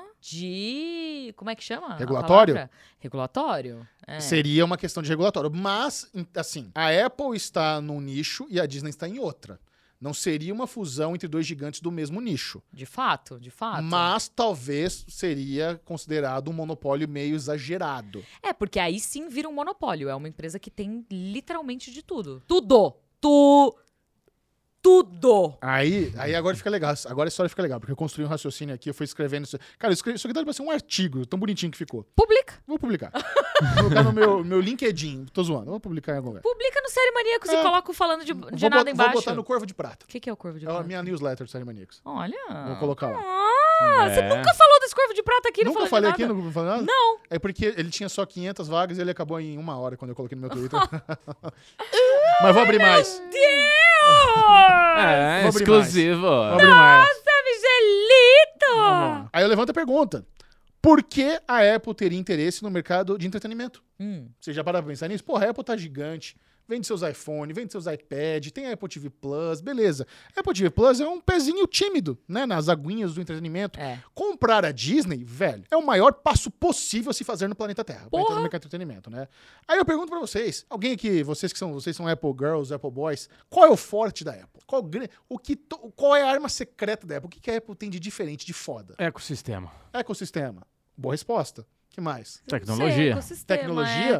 Speaker 3: de. Como é que chama? a
Speaker 1: Regulatório?
Speaker 3: palavra? Regulatório. É.
Speaker 1: Seria uma questão de regulatório. Mas, em- assim, a Apple está num nicho e a Disney está em outra. Não seria uma fusão entre dois gigantes do mesmo nicho.
Speaker 3: De fato, de fato.
Speaker 1: Mas talvez seria considerado um monopólio meio exagerado.
Speaker 3: É, porque aí sim vira um monopólio. É uma empresa que tem literalmente de tudo. Tudo! Tu. Tudo!
Speaker 1: Aí, aí agora fica legal. Agora a história fica legal, porque eu construí um raciocínio aqui, eu fui escrevendo isso. Cara, eu escrevi- isso aqui dá pra ser um artigo, tão bonitinho que ficou.
Speaker 3: Publica!
Speaker 1: Vou publicar. Vou colocar no meu, meu LinkedIn. Tô zoando, vou publicar em algum lugar.
Speaker 3: Publica no Série Maníacos
Speaker 1: É.
Speaker 3: e coloca o falando de,
Speaker 1: Vou,
Speaker 3: de
Speaker 1: bot-
Speaker 3: nada
Speaker 1: vou
Speaker 3: embaixo.
Speaker 1: botar no Corvo de Prata.
Speaker 3: O que, que é o Corvo de
Speaker 1: É a
Speaker 3: Prata?
Speaker 1: minha newsletter do Série Maníacos.
Speaker 3: Olha.
Speaker 1: Vou colocar lá.
Speaker 3: Ah, você
Speaker 2: É.
Speaker 3: nunca falou desse Corvo de Prata aqui, não
Speaker 1: Nunca
Speaker 3: falou
Speaker 1: falei
Speaker 3: de
Speaker 1: aqui
Speaker 3: nada.
Speaker 1: no grupo, não falei nada?
Speaker 3: Não.
Speaker 1: É porque ele tinha só 500 vagas e ele acabou em uma hora quando eu coloquei no meu Twitter. Mas vou abrir mais.
Speaker 3: Deus!
Speaker 2: É,
Speaker 1: Vou abrir
Speaker 2: exclusivo.
Speaker 1: Vou abrir mais.
Speaker 3: Miguelito!
Speaker 1: Aí eu levanto a pergunta. Por que a Apple teria interesse no mercado de entretenimento?
Speaker 3: Hum,
Speaker 1: Você já parou pra pensar nisso? Porra, a Apple tá gigante. Vende seus iPhone, vende seus iPad, tem a Apple TV Plus, beleza. A Apple TV Plus é um pezinho tímido, né? Nas aguinhas do entretenimento.
Speaker 3: é.
Speaker 1: Comprar a Disney, velho, é o maior passo possível a se fazer no planeta Terra. pra
Speaker 3: Porra!
Speaker 1: entrar no mercado de entretenimento, né? Aí eu pergunto pra vocês, alguém aqui, vocês que são, vocês são Apple Girls, Apple Boys, qual é o forte da Apple? Qual, o gran- o que to- qual é a arma secreta da Apple? O que, que a Apple tem de diferente, de foda?
Speaker 2: Ecossistema.
Speaker 1: Ecossistema. Boa resposta. que mais?
Speaker 3: Sei,
Speaker 2: Tecnologia.
Speaker 3: é ecossistema,
Speaker 1: Tecnologia?
Speaker 3: é,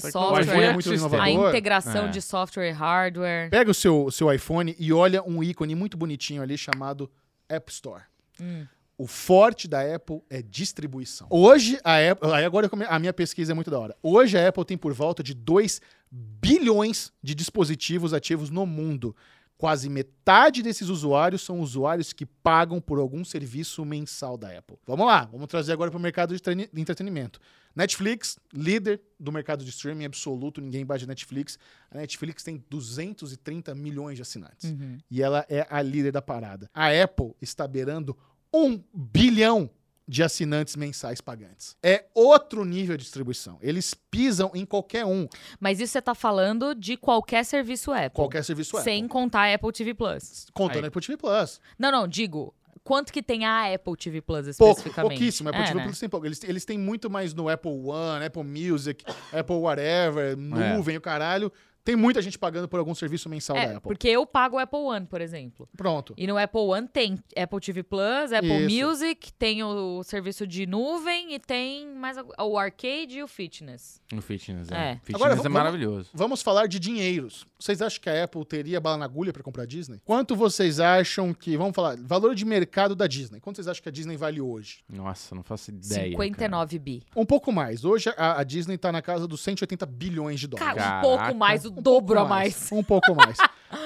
Speaker 1: O
Speaker 2: Tecnologia.
Speaker 1: iPhone é
Speaker 3: software,
Speaker 1: muito
Speaker 2: Ecossistema.
Speaker 3: a
Speaker 1: inovador.
Speaker 3: integração
Speaker 2: É.
Speaker 3: de software e hardware.
Speaker 1: Pega o seu, seu iPhone e olha um ícone muito bonitinho ali chamado App Store.
Speaker 3: Hum.
Speaker 1: O forte da Apple é distribuição. Hoje, a Apple. Aí agora eu come- a minha pesquisa é muito da hora. Hoje a Apple tem por volta de 2 bilhões de dispositivos ativos no mundo. Quase metade desses usuários são usuários que pagam por algum serviço mensal da Apple. Vamos lá, vamos trazer agora para o mercado de treine- de entretenimento. Netflix, líder do mercado de streaming absoluto, ninguém bate Netflix. A Netflix tem 230 milhões de assinantes
Speaker 3: Uhum.
Speaker 1: e ela é a líder da parada. A Apple está beirando um bilhão de assinantes mensais pagantes. É outro nível de distribuição. Eles pisam em qualquer um,
Speaker 3: Mas isso você tá falando de qualquer serviço Apple.
Speaker 1: qualquer serviço
Speaker 3: Sem
Speaker 1: Apple.
Speaker 3: contar a Apple TV Plus.
Speaker 1: Contando
Speaker 2: Aí.
Speaker 1: a Apple TV Plus.
Speaker 3: Não, não, digo. Quanto que tem a Apple TV Plus
Speaker 1: Pouco,
Speaker 3: especificamente?
Speaker 1: pouquíssimo. A Apple
Speaker 3: É,
Speaker 1: TV
Speaker 3: né?
Speaker 1: Plus tem pouco. Eles, eles têm muito mais no Apple One, Apple Music, Apple whatever, nuvem, o caralho. Tem muita gente pagando por algum serviço mensal
Speaker 3: É,
Speaker 1: da Apple.
Speaker 3: porque eu pago o Apple One, por exemplo.
Speaker 1: Pronto.
Speaker 3: E no Apple One tem Apple TV Plus, Apple
Speaker 1: Isso.
Speaker 3: Music, tem o serviço de nuvem e tem mais algu- o arcade e o fitness.
Speaker 2: No fitness,
Speaker 3: É.
Speaker 2: é. Fitness
Speaker 1: Agora,
Speaker 2: é
Speaker 1: vamos-
Speaker 2: maravilhoso.
Speaker 1: Vamos falar de dinheiros. Vocês acham que a Apple teria bala na agulha para comprar a Disney? Quanto vocês acham que. Vamos falar, valor de mercado da Disney. Quanto vocês acham que a Disney vale hoje?
Speaker 2: Nossa, não faço ideia.
Speaker 3: 59 bi.
Speaker 1: Um pouco mais. Hoje a, a Disney tá na casa dos 180 bilhões de dólares.
Speaker 3: Cara, um
Speaker 2: Caraca.
Speaker 3: pouco mais, o
Speaker 1: Um
Speaker 3: dobro a
Speaker 1: pouco
Speaker 3: mais.
Speaker 1: Um pouco mais.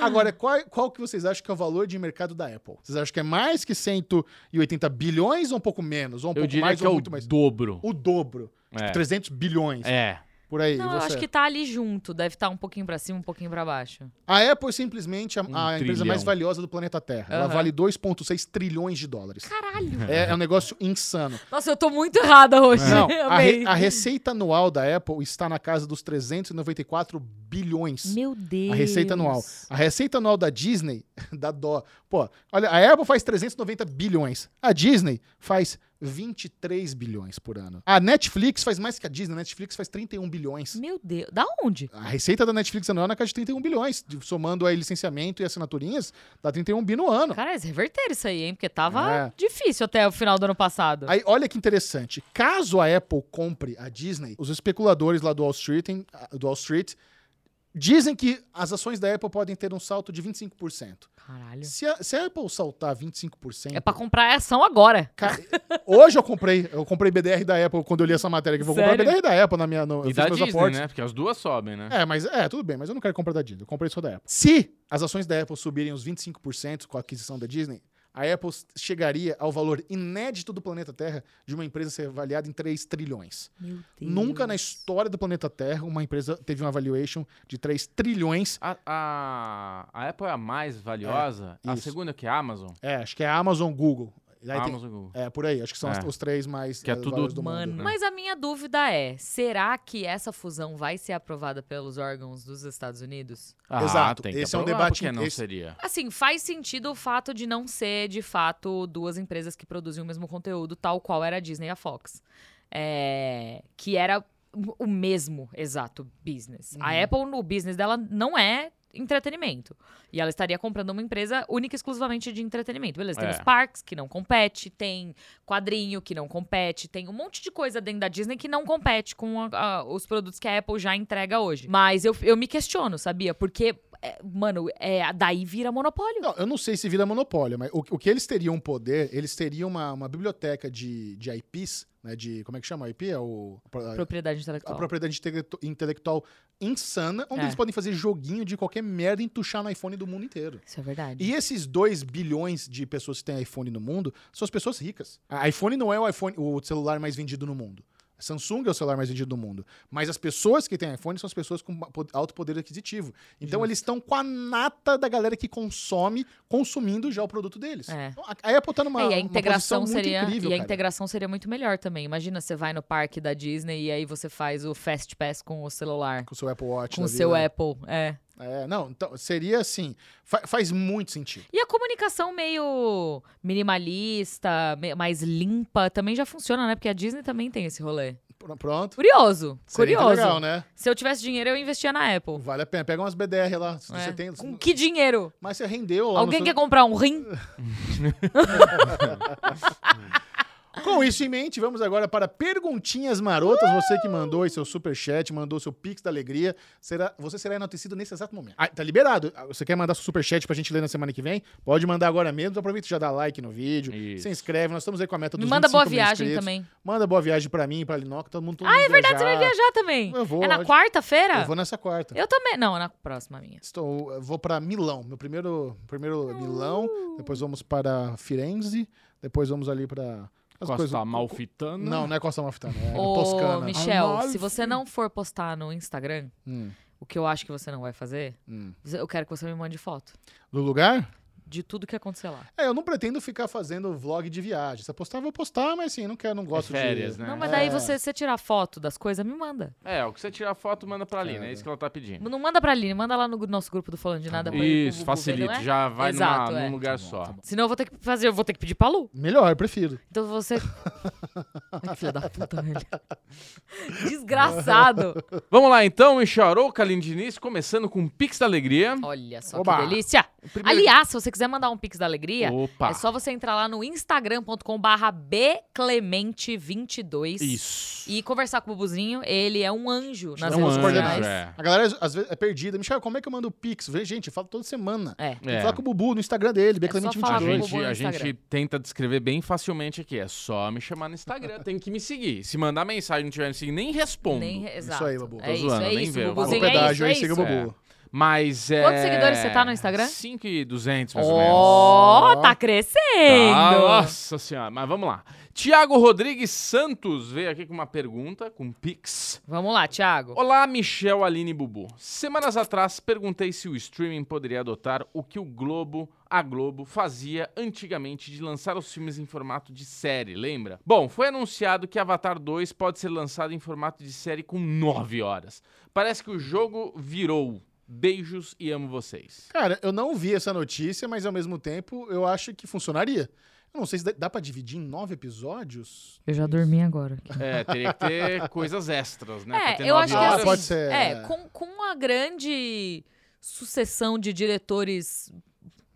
Speaker 1: Agora, qual, qual que vocês acham que é o valor de mercado da Apple? Vocês acham que é mais que 180 bilhões ou um pouco menos? Ou um
Speaker 2: Eu
Speaker 1: pouco
Speaker 2: diria
Speaker 1: mais
Speaker 2: que é
Speaker 1: ou
Speaker 2: o
Speaker 1: muito mais?
Speaker 2: dobro.
Speaker 1: O dobro.
Speaker 2: É.
Speaker 1: 300 bilhões.
Speaker 2: É.
Speaker 1: Por aí. E
Speaker 3: Não, eu
Speaker 1: você?
Speaker 3: acho que tá ali junto. Deve estar um pouquinho pra cima, um pouquinho pra baixo.
Speaker 1: A Apple é simplesmente a,
Speaker 2: Um
Speaker 1: a empresa
Speaker 2: trilhão.
Speaker 1: mais valiosa do planeta Terra. Ela
Speaker 3: Aham.
Speaker 1: vale 2,6 trilhões de dólares.
Speaker 3: Caralho!
Speaker 1: É, é um negócio insano.
Speaker 3: Nossa, eu tô muito errada hoje.
Speaker 1: Não, a, re-
Speaker 3: Amei.
Speaker 1: a receita anual da Apple está na casa dos 394 bilhões.
Speaker 3: Meu Deus.
Speaker 1: A receita anual. A receita anual da Disney dá dó. Pô, olha, a Apple faz 390 bilhões. A Disney faz 23 bilhões por ano. A Netflix faz mais que a Disney. A Netflix faz 31 bilhões.
Speaker 3: Meu Deus. Da onde?
Speaker 1: A receita da Netflix anual é na casa de 31 bilhões. de- Somando aí licenciamento e assinaturinhas, dá 31 bi no ano.
Speaker 3: Cara, eles reverteram isso aí, hein? Porque tava
Speaker 1: Ah. É.
Speaker 3: difícil até o final do ano passado.
Speaker 1: Aí, olha que interessante. Caso a Apple compre a Disney, os especuladores lá do Wall Street, hein, do Wall Street dizem que as ações da Apple podem ter um salto de 25%.
Speaker 3: Caralho.
Speaker 1: Se a, se a Apple saltar 25%,
Speaker 3: É pra comprar a ação agora.
Speaker 1: Ca- Hoje eu comprei, eu comprei BDR da Apple quando eu li essa matéria que eu vou comprar
Speaker 3: Sério?
Speaker 1: BDR da Apple na minha no, eu
Speaker 2: E
Speaker 1: fiz
Speaker 2: da
Speaker 1: meus
Speaker 2: Disney,
Speaker 1: aportes.
Speaker 2: né? Porque as duas sobem, né?
Speaker 1: É, mas é, tudo bem, mas eu não quero comprar da Disney, eu comprei só da Apple. Se as ações da Apple subirem os 25% com a aquisição da Disney, a Apple s- chegaria ao valor inédito do planeta Terra de uma empresa ser avaliada em 3 trilhões.
Speaker 3: Meu
Speaker 1: Nunca na história do planeta Terra uma empresa teve uma valuation de 3 trilhões.
Speaker 2: A, a, a Apple é a mais valiosa. a
Speaker 1: isso.
Speaker 2: segunda que é a Amazon.
Speaker 1: É, acho que é a Amazon, Google. Aí tem-
Speaker 2: Amazon Google.
Speaker 1: é, por aí, acho que são
Speaker 2: É.
Speaker 1: as- os três mais
Speaker 2: Que é
Speaker 1: eh,
Speaker 2: tudo
Speaker 1: valores do
Speaker 3: Mano,
Speaker 1: mundo.
Speaker 3: mas a minha dúvida é: será que essa fusão vai ser aprovada pelos órgãos dos Estados Unidos?
Speaker 2: Ah,
Speaker 1: Exato.
Speaker 2: tem que
Speaker 1: Esse é um
Speaker 2: aprovar,
Speaker 1: debate
Speaker 2: porque não
Speaker 1: esse-
Speaker 2: seria.
Speaker 3: Assim, faz sentido o fato de não ser, de fato, duas empresas que produzem o mesmo conteúdo, tal qual era a Disney e a Fox. É, que era o mesmo exato business.
Speaker 1: Uhum.
Speaker 3: A Apple, o business dela não é entretenimento. E ela estaria comprando uma empresa única e exclusivamente de entretenimento. Beleza, tem
Speaker 2: É.
Speaker 3: os parques que não compete, tem quadrinho que não compete, tem um monte de coisa dentro da Disney que não compete com a- a- os produtos que a Apple já entrega hoje. Mas eu, eu me questiono, sabia? Porque, é, mano, é, daí vira monopólio.
Speaker 1: Não, eu não sei se vira monopólio, mas o, o que eles teriam poder, eles teriam uma, uma biblioteca de, de IPs, né? De. Como é que chama? IP? É o. A,
Speaker 3: Propriedade
Speaker 1: a
Speaker 3: intelectual.
Speaker 1: propriedade intelectu- intelectual insana, onde
Speaker 3: É.
Speaker 1: eles podem fazer joguinho de qualquer merda e entuchar no iPhone do mundo inteiro.
Speaker 3: Isso é verdade.
Speaker 1: E esses 2 bilhões de pessoas que têm iPhone no mundo são as pessoas ricas. A iPhone não é o iPhone, o celular mais vendido no mundo. A Samsung é o celular mais vendido do mundo. Mas as pessoas que têm iPhone são as pessoas com po- alto poder aquisitivo. Então eles estão com a nata da galera que consome, consumindo já o produto deles.
Speaker 3: É.
Speaker 1: Então, A a Apple tá numa
Speaker 3: É, e a
Speaker 1: uma posição
Speaker 3: integração
Speaker 1: muito
Speaker 3: seria
Speaker 1: incrível,
Speaker 3: e a
Speaker 1: cara.
Speaker 3: integração seria muito melhor também. Imagina você vai no parque da Disney e aí você faz o Fast Pass com o celular,
Speaker 1: Com o seu Apple Watch.
Speaker 3: com o
Speaker 1: da vida. né?
Speaker 3: seu Apple, é.
Speaker 1: É, não, então, seria assim. fa- faz muito sentido.
Speaker 3: E a comunicação meio minimalista, me- mais limpa, também já funciona, né? Porque a Disney também tem esse rolê.
Speaker 1: Pr- Pronto.
Speaker 3: Curioso,
Speaker 1: Seria
Speaker 3: curioso.
Speaker 1: legal, né?
Speaker 3: Se eu tivesse dinheiro, eu investia na Apple.
Speaker 1: Vale a pena. Pega umas BDR lá. se
Speaker 3: É.
Speaker 1: Você tem,
Speaker 3: Com que dinheiro?
Speaker 1: mas
Speaker 3: um
Speaker 1: você rendeu. lá no
Speaker 3: Alguém
Speaker 1: seu-
Speaker 3: quer comprar um rim?
Speaker 1: Com isso em mente, vamos agora para perguntinhas marotas. Você que mandou aí seu superchat, mandou seu pix da alegria, será, você será enaltecido nesse exato momento. Ah, tá liberado. Ah, Você quer mandar seu superchat pra gente ler na semana que vem? Pode mandar agora mesmo. Aproveita e já dá like no vídeo.
Speaker 2: Isso.
Speaker 1: Se inscreve. Nós estamos aí com a meta dos
Speaker 3: Me manda boa
Speaker 1: 25 mil
Speaker 3: viagem
Speaker 1: inscritos.
Speaker 3: também.
Speaker 1: Manda boa viagem pra mim, pra Linoca, todo mundo. Todo ah, é
Speaker 3: Verdade, você vai viajar também.
Speaker 1: Eu vou,
Speaker 3: é na
Speaker 1: lógico.
Speaker 3: quarta-feira?
Speaker 1: Eu vou nessa quarta.
Speaker 3: Eu também. Não, é na próxima minha.
Speaker 1: Estou, eu vou para Milão. Meu primeiro, primeiro é Milão, depois vamos para Firenze, depois vamos ali para
Speaker 2: Costa Malfitana.
Speaker 1: Não, não é Costa Malfitana, é
Speaker 3: Ô,
Speaker 1: Toscana.
Speaker 3: Michel,
Speaker 2: Amalfi.
Speaker 3: se você não for postar no Instagram,
Speaker 1: Hum,
Speaker 3: o que eu acho que você não vai fazer,
Speaker 1: hum.
Speaker 3: eu quero que você me mande foto
Speaker 1: Do lugar?
Speaker 3: de tudo que aconteceu lá.
Speaker 1: É, eu não pretendo ficar fazendo vlog de viagem. Se eu postar, eu vou postar, mas assim, não quero, não gosto
Speaker 2: férias,
Speaker 1: de
Speaker 2: né?
Speaker 3: Não, mas daí
Speaker 1: É.
Speaker 3: você, você tirar foto das coisas, me manda.
Speaker 2: É, o que você tirar foto, manda pra Aline.
Speaker 1: Cara.
Speaker 2: É isso que ela tá pedindo.
Speaker 3: Não manda pra Aline, manda lá no nosso grupo do Falando de Nada. pra eu-
Speaker 2: Isso,
Speaker 3: pra eu ver,
Speaker 2: facilita.
Speaker 3: não é?
Speaker 2: Já vai numa-
Speaker 3: Exato, é.
Speaker 2: num lugar
Speaker 1: Tá bom,
Speaker 2: só.
Speaker 1: tá bom.
Speaker 3: Senão eu vou ter que fazer, eu vou ter que pedir pra Lu.
Speaker 1: Melhor, eu prefiro.
Speaker 3: Então você. Ai, que filha da puta, velho. Desgraçado.
Speaker 2: Vamos lá então, Michel Arouca, Aline Diniz, começando com o Pix da Alegria.
Speaker 3: Olha só
Speaker 1: Oba.
Speaker 3: que delícia.
Speaker 2: Primeiro-
Speaker 3: Aliás, se você quiser mandar um Pix da Alegria,
Speaker 2: Opa.
Speaker 3: é só você entrar lá no instagram.com barra bclemente22
Speaker 2: Isso.
Speaker 3: e conversar com o Bubuzinho. Ele é um anjo nas
Speaker 1: É um
Speaker 3: redes
Speaker 1: anjo,
Speaker 3: sociais.
Speaker 2: é.
Speaker 1: A galera às vezes é perdida. Michel, como é que eu mando o Pix? Vê, Gente, eu falo toda semana.
Speaker 3: É.
Speaker 1: Tem
Speaker 2: É.
Speaker 1: que falar com o Bubu no Instagram dele,
Speaker 3: só
Speaker 2: A
Speaker 3: falar com o
Speaker 1: Beclemente22.
Speaker 2: gente,
Speaker 3: Bubu no
Speaker 2: a
Speaker 3: Instagram.
Speaker 2: gente tenta descrever bem facilmente aqui. É só me chamar no Instagram, tem que me seguir. Se mandar mensagem e não tiver me seguir, nem respondo.
Speaker 3: Nem, exato.
Speaker 1: aí, Bubu.
Speaker 3: É
Speaker 2: Tô
Speaker 3: isso,
Speaker 2: zoando,
Speaker 3: é
Speaker 2: nem
Speaker 3: isso.
Speaker 2: vê, eu
Speaker 1: Fala
Speaker 3: Bubuzinho,
Speaker 1: o
Speaker 2: Fala
Speaker 3: é
Speaker 1: pedágio aí,
Speaker 3: isso, é
Speaker 1: siga o
Speaker 3: isso.
Speaker 2: É.
Speaker 1: Bubu.
Speaker 2: Mas é...
Speaker 3: Quantos seguidores você tá no Instagram?
Speaker 2: 5,200 mais ou
Speaker 3: Ó,
Speaker 1: Ó.
Speaker 3: tá crescendo.
Speaker 2: menos. Ah, nossa senhora, mas vamos lá. Tiago Rodrigues Santos veio aqui com uma pergunta, com Pix.
Speaker 3: Vamos lá, Thiago.
Speaker 2: Olá, Michel, Aline e Bubu. Semanas atrás perguntei se o streaming poderia adotar o que o Globo, a Globo, fazia antigamente de lançar os filmes em formato de série, lembra? Bom, foi anunciado que Avatar 2 pode ser lançado em formato de série com 9 horas. Parece que o jogo virou. Beijos e amo vocês.
Speaker 1: Cara, eu não vi essa notícia, mas ao mesmo tempo eu acho que funcionaria. Eu não sei se dá- dá pra dividir em nove episódios.
Speaker 3: Eu já dormi agora.
Speaker 2: É, teria que ter coisas extras, né? pra ter
Speaker 3: É, eu
Speaker 2: nove
Speaker 3: acho que
Speaker 1: Ah,
Speaker 2: horas.
Speaker 3: assim,
Speaker 1: pode ser, é.
Speaker 3: É, com, com a grande sucessão de diretores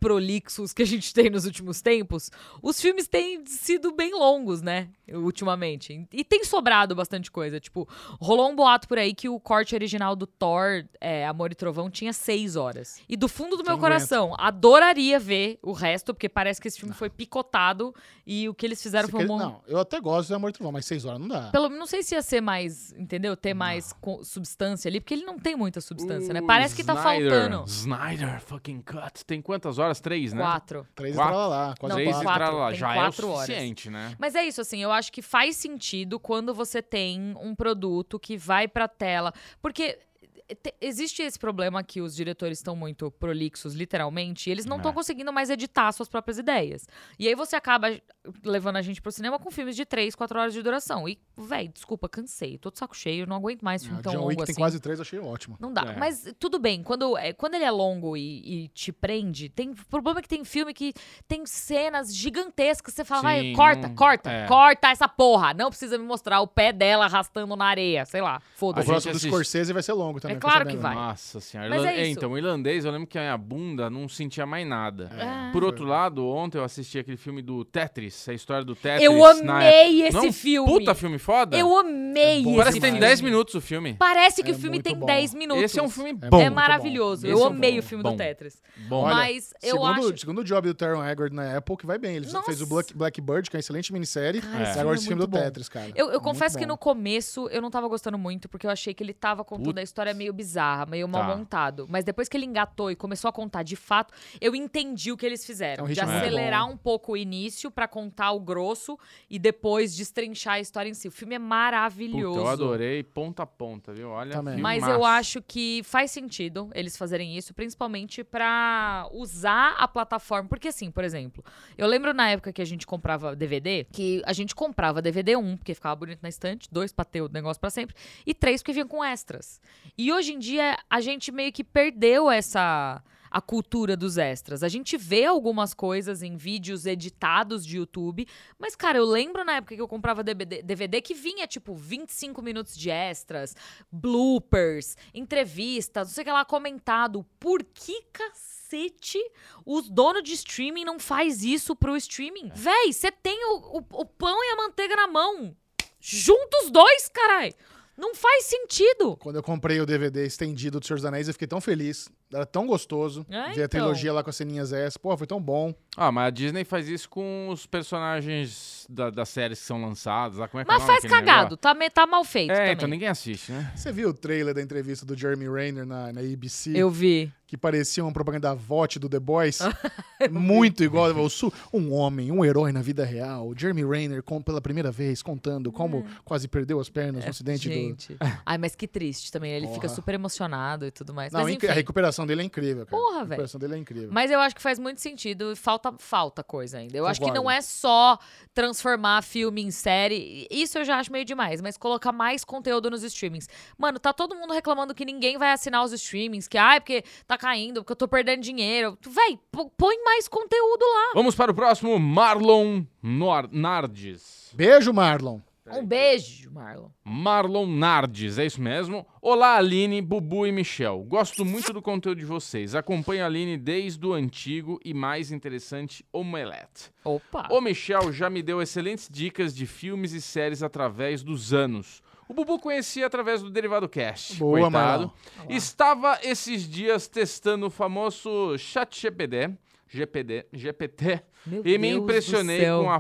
Speaker 3: prolixos que a gente tem nos últimos tempos, os filmes têm sido bem longos, né? Ultimamente. E tem sobrado bastante coisa. Tipo, rolou um boato por aí que o corte original do Thor, é, Amor e Trovão, tinha seis horas. E do fundo do meu
Speaker 1: Quem
Speaker 3: coração, adoraria ver o resto, porque parece que esse filme foi picotado e o que eles fizeram
Speaker 1: Se
Speaker 3: foi um Então,
Speaker 1: que-
Speaker 3: mon-
Speaker 1: Não, eu até gosto de Amor e Trovão, mas seis horas não dá.
Speaker 3: Tá. pelo, não sei se ia ser mais, entendeu? Ter mais co- substância ali, porque ele não tem muita substância, né?
Speaker 2: O
Speaker 3: Parece que tá
Speaker 2: Snyder-
Speaker 1: né?
Speaker 3: faltando.
Speaker 2: Snyder fucking cut. Tem quantas horas? Três, né?
Speaker 3: Quatro.
Speaker 1: Três
Speaker 2: Quatro.
Speaker 1: estrelas lá, quase
Speaker 3: Não,
Speaker 2: Três
Speaker 1: quatro.
Speaker 2: e
Speaker 3: quatro.
Speaker 2: pra lá.
Speaker 3: Tem
Speaker 2: Já
Speaker 3: quatro
Speaker 2: é o
Speaker 3: horas.
Speaker 2: suficiente, né?
Speaker 3: Mas é isso, assim, eu acho que faz sentido quando você tem um produto que vai pra tela. Porque te- existe esse problema que os diretores estão muito prolixos, literalmente, e eles não estão
Speaker 2: É.
Speaker 3: conseguindo mais editar suas próprias ideias. E aí você acaba levando a gente pro cinema com filmes de três, quatro horas de duração. E, véi, desculpa, cansei, tô de saco cheio, não aguento mais filme
Speaker 1: Ah,
Speaker 3: tão
Speaker 1: John
Speaker 3: longo
Speaker 1: Wick
Speaker 3: assim.
Speaker 1: tem quase três, eu achei ótimo.
Speaker 3: Não dá.
Speaker 2: É.
Speaker 3: Mas tudo bem, quando, é, quando ele é longo e, e te prende, tem o problema é que tem filme que tem cenas gigantescas. que Você fala, vai,
Speaker 2: Sim,
Speaker 3: corta,
Speaker 2: não-
Speaker 3: corta,
Speaker 2: é.
Speaker 3: corta essa porra. Não precisa me mostrar o pé dela arrastando na areia, sei
Speaker 1: O
Speaker 3: lá.
Speaker 2: A
Speaker 3: Foda-se.
Speaker 2: gente
Speaker 1: próximo do
Speaker 2: assiste.
Speaker 1: Scorsese vai ser longo também.
Speaker 3: É
Speaker 1: tô
Speaker 3: claro que
Speaker 1: sabendo.
Speaker 3: vai.
Speaker 2: Nossa senhora.
Speaker 3: Mas
Speaker 2: Irlan-
Speaker 3: é isso.
Speaker 2: então, o irlandês, eu lembro que a minha bunda não sentia mais nada.
Speaker 1: É,
Speaker 3: Ah.
Speaker 2: Por outro lado, ontem eu assisti aquele filme do Tetris, a história do Tetris.
Speaker 3: Eu
Speaker 2: na
Speaker 3: amei
Speaker 2: época. Não é
Speaker 3: esse
Speaker 2: um
Speaker 3: filme.
Speaker 2: Puta filme foda.
Speaker 3: Eu amei
Speaker 1: É bom
Speaker 3: esse
Speaker 2: Parece que tem
Speaker 3: filme.
Speaker 2: 10 minutos o filme.
Speaker 3: Parece que
Speaker 1: É
Speaker 3: o filme
Speaker 1: muito
Speaker 3: tem
Speaker 1: bom.
Speaker 3: 10 minutos.
Speaker 2: Esse é um filme
Speaker 1: É
Speaker 2: bom.
Speaker 3: É
Speaker 1: muito
Speaker 3: maravilhoso.
Speaker 1: bom.
Speaker 3: Eu
Speaker 2: Esse é um
Speaker 3: amei
Speaker 2: bom,
Speaker 3: o filme
Speaker 2: bom.
Speaker 3: do Tetris.
Speaker 2: Bom.
Speaker 1: Olha,
Speaker 3: Mas eu
Speaker 1: segundo,
Speaker 3: acho.
Speaker 1: segundo o job do Taron Eggard na Apple, que vai bem. Ele
Speaker 3: Nossa.
Speaker 1: fez o Black, Blackbird, que é uma excelente minissérie.
Speaker 3: Cara, esse
Speaker 1: E
Speaker 3: filme
Speaker 1: agora
Speaker 3: é
Speaker 1: esse filme do
Speaker 3: muito bom.
Speaker 1: Tetris, cara. É
Speaker 3: Eu, eu
Speaker 1: Muito
Speaker 3: começo que
Speaker 1: bom.
Speaker 3: no começo eu não tava gostando muito, porque eu achei que ele tava contando a história meio bizarra, meio mal
Speaker 2: Tá.
Speaker 3: montado. Mas depois que ele engatou e começou a contar de fato, eu entendi o que eles fizeram.
Speaker 1: É um
Speaker 3: de
Speaker 1: ritmo muito
Speaker 3: acelerar
Speaker 1: bom.
Speaker 3: um pouco o início pra contar o grosso e depois destrinchar a história em si. O filme é maravilhoso.
Speaker 2: Puta, eu adorei ponta a ponta, viu? Olha,
Speaker 1: Também.
Speaker 2: filmaço.
Speaker 3: Mas eu acho que faz sentido eles fazerem isso, principalmente pra usar a plataforma. Porque, assim, por exemplo, eu lembro na época que a gente comprava DVD, que a gente comprava DVD 1, porque ficava bonito na estante, dois pra ter o negócio pra sempre, e três porque vinha com extras. E hoje em dia a gente meio que perdeu essa. a cultura dos extras. A gente vê algumas coisas em vídeos editados de YouTube, mas, cara, eu lembro na época que eu comprava DVD, DVD que vinha, tipo, 25 minutos de extras, bloopers, entrevistas, não sei o que lá, comentado. Por que cacete os donos de streaming não faz isso pro streaming? Véi, você tem o, o- o pão e a manteiga na mão. Junta os dois, carai! Não faz sentido!
Speaker 1: Quando eu comprei o DVD estendido do Senhor dos Anéis, eu fiquei tão feliz. Era tão gostoso.
Speaker 3: É,
Speaker 1: ver a
Speaker 3: então.
Speaker 1: trilogia lá com as ceninhas S. Pô, foi tão bom.
Speaker 2: Ah, mas a Disney faz isso com os personagens da- das séries que são lançadas. Lá, como é que é o
Speaker 3: Mas
Speaker 2: nome
Speaker 3: faz
Speaker 2: daquele
Speaker 3: cagado, tá, me- tá mal feito
Speaker 2: negócio? É,
Speaker 3: também.
Speaker 2: então ninguém assiste, né?
Speaker 1: Você viu o trailer da entrevista do Jeremy Renner na, na ABC?
Speaker 3: Eu vi.
Speaker 1: Que parecia uma propaganda da VOT do The Boys. muito igual. ao Su- Um homem, um herói na vida real. Jeremy Renner com- pela primeira vez contando como quase perdeu as pernas no acidente do...
Speaker 3: É. Gente. Ai, mas que triste também. Ele fica
Speaker 1: Porra.
Speaker 3: super emocionado e tudo mais.
Speaker 1: Não,
Speaker 3: mas,
Speaker 1: inc-
Speaker 3: enfim.
Speaker 1: a recuperação dele é incrível, cara.
Speaker 3: Porra,
Speaker 1: A recuperação dele é incrível.
Speaker 3: Mas eu acho que faz muito sentido e falta, falta coisa ainda. Eu acho que
Speaker 1: Concordo.
Speaker 3: não é só transformar filme em série. Isso eu já acho meio demais, mas colocar mais conteúdo nos streamings. Mano, tá todo mundo reclamando que ninguém vai assinar os streamings, que ai, porque tá caindo, porque eu tô perdendo dinheiro. Tu, Véi, pô- põe mais conteúdo lá.
Speaker 2: Vamos para o próximo, Marlon Nor- Nardes.
Speaker 1: Beijo, Marlon.
Speaker 3: Um beijo, Marlon.
Speaker 2: Marlon Nardes, é isso mesmo? Olá, Aline, Bubu e Michel. Gosto muito do conteúdo de vocês. Acompanho a Aline desde o antigo e mais interessante Omelete.
Speaker 1: Ah.
Speaker 3: Opa.
Speaker 2: O Michel já me deu excelentes dicas de filmes e séries através dos anos. O Bubu conhecia através do Derivado Cast.
Speaker 1: Boa,
Speaker 2: coitado.
Speaker 1: Marlon.
Speaker 2: Estava esses dias testando o famoso ChatGPD, GPD, GPT,
Speaker 3: Meu
Speaker 2: e me
Speaker 3: Deus do
Speaker 2: impressionei
Speaker 3: céu.
Speaker 2: com a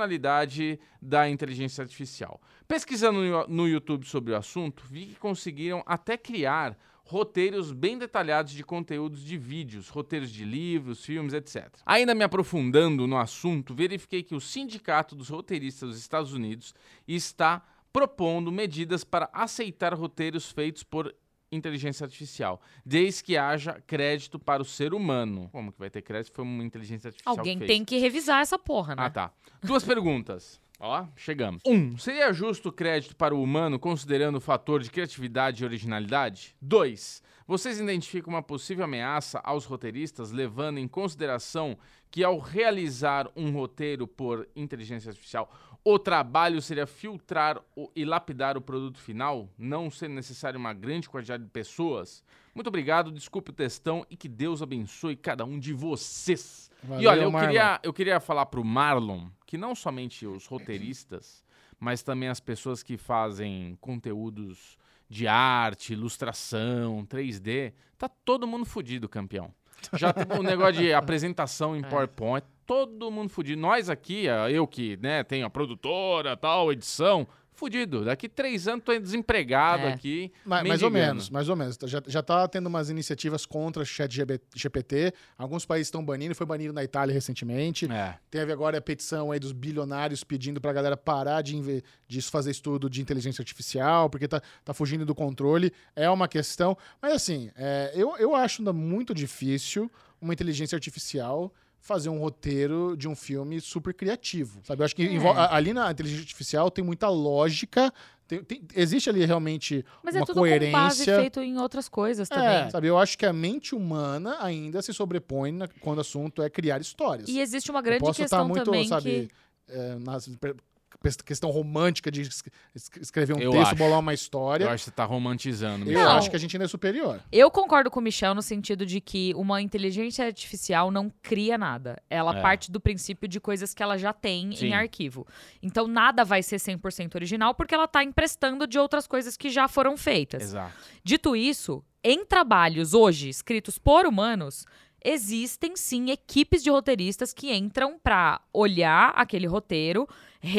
Speaker 2: funcionalidade da inteligência artificial. Pesquisando no- no YouTube sobre o assunto, vi que conseguiram até criar roteiros bem detalhados de conteúdos de vídeos, roteiros de livros, filmes, etc. Ainda me aprofundando no assunto, verifiquei que o Sindicato dos Roteiristas dos Estados Unidos está propondo medidas para aceitar roteiros feitos por inteligência artificial, desde que haja crédito para o ser humano. Como que vai ter crédito? Foi uma inteligência artificial
Speaker 3: Alguém
Speaker 2: que fez.
Speaker 3: tem que revisar essa porra, né?
Speaker 2: Ah, tá. Duas perguntas. Ó, chegamos. Um, seria justo o crédito para o humano considerando o fator de criatividade e originalidade? Dois, vocês identificam uma possível ameaça aos roteiristas levando em consideração que ao realizar um roteiro por inteligência artificial, o trabalho seria filtrar o- e lapidar o produto final, não sendo necessário uma grande quantidade de pessoas? Muito obrigado, desculpe o textão e que Deus abençoe cada um de vocês. e
Speaker 1: Valeu,
Speaker 2: olha, eu
Speaker 1: Marlon.
Speaker 2: queria, eu queria falar pro Marlon que não somente os roteiristas, mas também as pessoas que fazem conteúdos de arte, ilustração, 3D, tá todo mundo fudido, campeão. Já tem um negócio de apresentação em
Speaker 3: É.
Speaker 2: PowerPoint, todo mundo fudido. Nós aqui, ah, eu que né, tenho a produtora, tal, edição, fudido. Daqui três anos tô desempregado
Speaker 3: É.
Speaker 2: aqui.
Speaker 1: Ma- mais ou
Speaker 2: mendigando.
Speaker 1: menos, mais ou menos. Tá- Já, já tá tendo umas iniciativas contra o chat GB GPT. Alguns países estão banindo, foi banido na Itália recentemente.
Speaker 2: É.
Speaker 1: Teve agora a petição aí dos bilionários pedindo pra galera parar de, inve- de fazer estudo de inteligência artificial, porque tá, tá fugindo do controle. É uma questão. Mas assim, é, eu, eu acho ainda muito difícil uma inteligência artificial fazer um roteiro de um filme super criativo. Sabe? Eu acho que envol- a- ali na inteligência artificial tem muita lógica. tem- tem- existe ali realmente
Speaker 3: Mas
Speaker 1: uma
Speaker 3: é tudo
Speaker 1: coerência.
Speaker 3: com base feito em outras coisas
Speaker 1: É,
Speaker 3: também.
Speaker 1: sabe, eu acho que a mente humana ainda se sobrepõe na- quando o assunto é criar histórias.
Speaker 3: E existe uma
Speaker 1: eu
Speaker 3: grande
Speaker 1: posso
Speaker 3: questão
Speaker 1: estar muito,
Speaker 3: também
Speaker 1: sabe,
Speaker 3: que...
Speaker 1: é, na questão romântica de es- es- escrever um
Speaker 2: Eu
Speaker 1: texto,
Speaker 2: acho.
Speaker 1: bolar uma
Speaker 2: Eu
Speaker 1: história.
Speaker 2: acho que você tá romantizando.
Speaker 1: Eu
Speaker 2: Michel.
Speaker 1: acho que a gente ainda é superior.
Speaker 3: Eu concordo com o Michel no sentido de que uma inteligência artificial não cria nada. Ela
Speaker 2: É.
Speaker 3: parte do princípio de coisas que ela já tem
Speaker 2: Sim.
Speaker 3: em arquivo. Então nada vai ser 100% original porque ela tá emprestando de outras coisas que já foram
Speaker 1: é
Speaker 3: feitas.
Speaker 2: Exato.
Speaker 3: Dito isso, em trabalhos hoje escritos por humanos, existem sim equipes de roteiristas que entram para olhar aquele roteiro,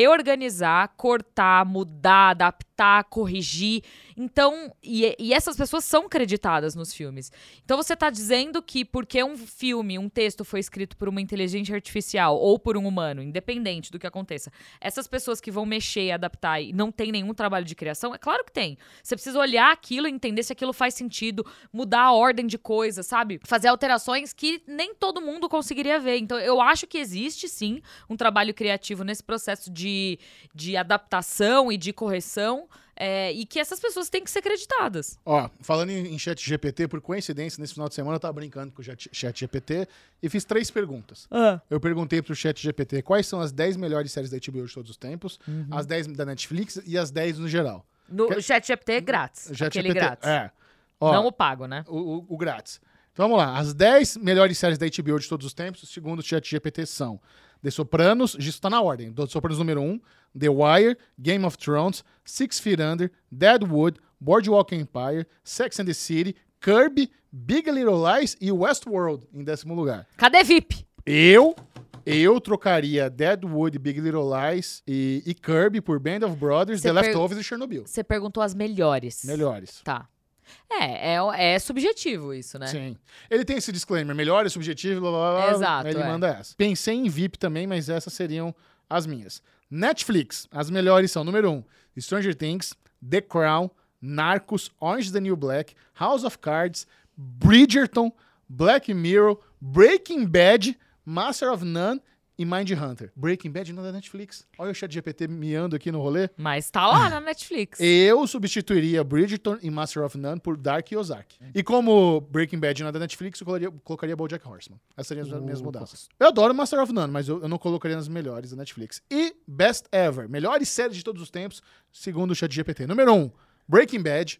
Speaker 3: reorganizar, cortar, mudar, adaptar, corrigir. Então, e, e essas pessoas são creditadas nos filmes. Então você está dizendo que porque um filme, um texto foi escrito por uma inteligência artificial ou por um humano, independente do que aconteça, essas pessoas que vão mexer, adaptar e não tem nenhum trabalho de criação, é claro que tem. Você precisa olhar aquilo, e entender se aquilo faz sentido, mudar a ordem de coisas, sabe? Fazer alterações que nem todo mundo conseguiria ver. Então, eu acho que existe sim um trabalho criativo nesse processo de, de adaptação e de correção. é, e que essas pessoas têm que ser creditadas.
Speaker 1: Ó, falando em, em chat GPT, por coincidência, nesse final de semana eu tava brincando com o chat, chat GPT e fiz três perguntas. Eu perguntei pro chat GPT quais são as 10 melhores séries da HBO de todos os tempos,
Speaker 3: Uhum.
Speaker 1: as 10 da Netflix e as 10 no geral.
Speaker 3: No
Speaker 1: Que-
Speaker 3: chat GPT é grátis.
Speaker 1: Chat
Speaker 3: aquele
Speaker 1: GPT
Speaker 3: grátis.
Speaker 1: É. Ó,
Speaker 3: Não o pago, né?
Speaker 1: o, o- o grátis. Então vamos lá. As 10 melhores séries da HBO de todos os tempos, segundo o ChatGPT, são The Sopranos, isso tá na ordem. The Sopranos número 1, The Wire, Game of Thrones, Six Feet Under, Deadwood, Boardwalk Empire, Sex and the City, Kirby, Big Little Lies e Westworld em décimo lugar.
Speaker 3: Cadê VIP?
Speaker 1: Eu, eu trocaria Deadwood, Big Little Lies e, e Kirby por Band of Brothers,
Speaker 3: Você
Speaker 1: The
Speaker 3: per-
Speaker 1: Leftovers e Chernobyl.
Speaker 3: Você perguntou as melhores.
Speaker 1: Melhores.
Speaker 3: Tá. É, é, é subjetivo isso, né?
Speaker 1: Sim. Ele tem esse disclaimer, melhor é subjetivo, blá blá blá.
Speaker 3: Exato,
Speaker 1: Ele
Speaker 3: é.
Speaker 1: manda essa. Pensei em VIP também, mas essas seriam as minhas. Netflix, as melhores são: número 1, um, Stranger Things, The Crown, Narcos, Orange is the New Black, House of Cards, Bridgerton, Black Mirror, Breaking Bad, Master of None e Mind Hunter. Breaking Bad não é da Netflix. Olha o chat GPT miando aqui no rolê.
Speaker 3: Mas tá lá na Netflix.
Speaker 1: Eu substituiria Bridgerton e Master of None por Dark e Ozark. E como Breaking Bad não é da Netflix, eu colocaria, colocaria BoJack Horseman. Essas seriam as minhas mudanças. Eu adoro Master of None, mas eu, eu não colocaria nas melhores da Netflix. E Best Ever, melhores séries de todos os tempos, segundo o ChatGPT. Número 1, um, Breaking Bad,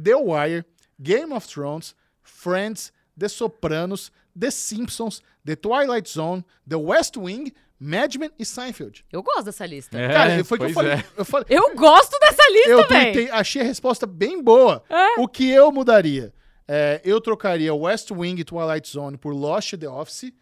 Speaker 1: The Wire, Game of Thrones, Friends, The Sopranos, The Simpsons, The Twilight Zone, The West Wing, Mad Men e Seinfeld.
Speaker 3: Eu gosto dessa lista.
Speaker 1: Cara, foi o que eu
Speaker 2: pois
Speaker 1: falei.
Speaker 2: é.
Speaker 1: Eu falei
Speaker 3: Eu gosto dessa
Speaker 1: eu
Speaker 3: lista, velho.
Speaker 1: tuitei, achei a resposta bem boa. O que eu mudaria? É, eu trocaria West Wing e Twilight Zone por Lost e The Office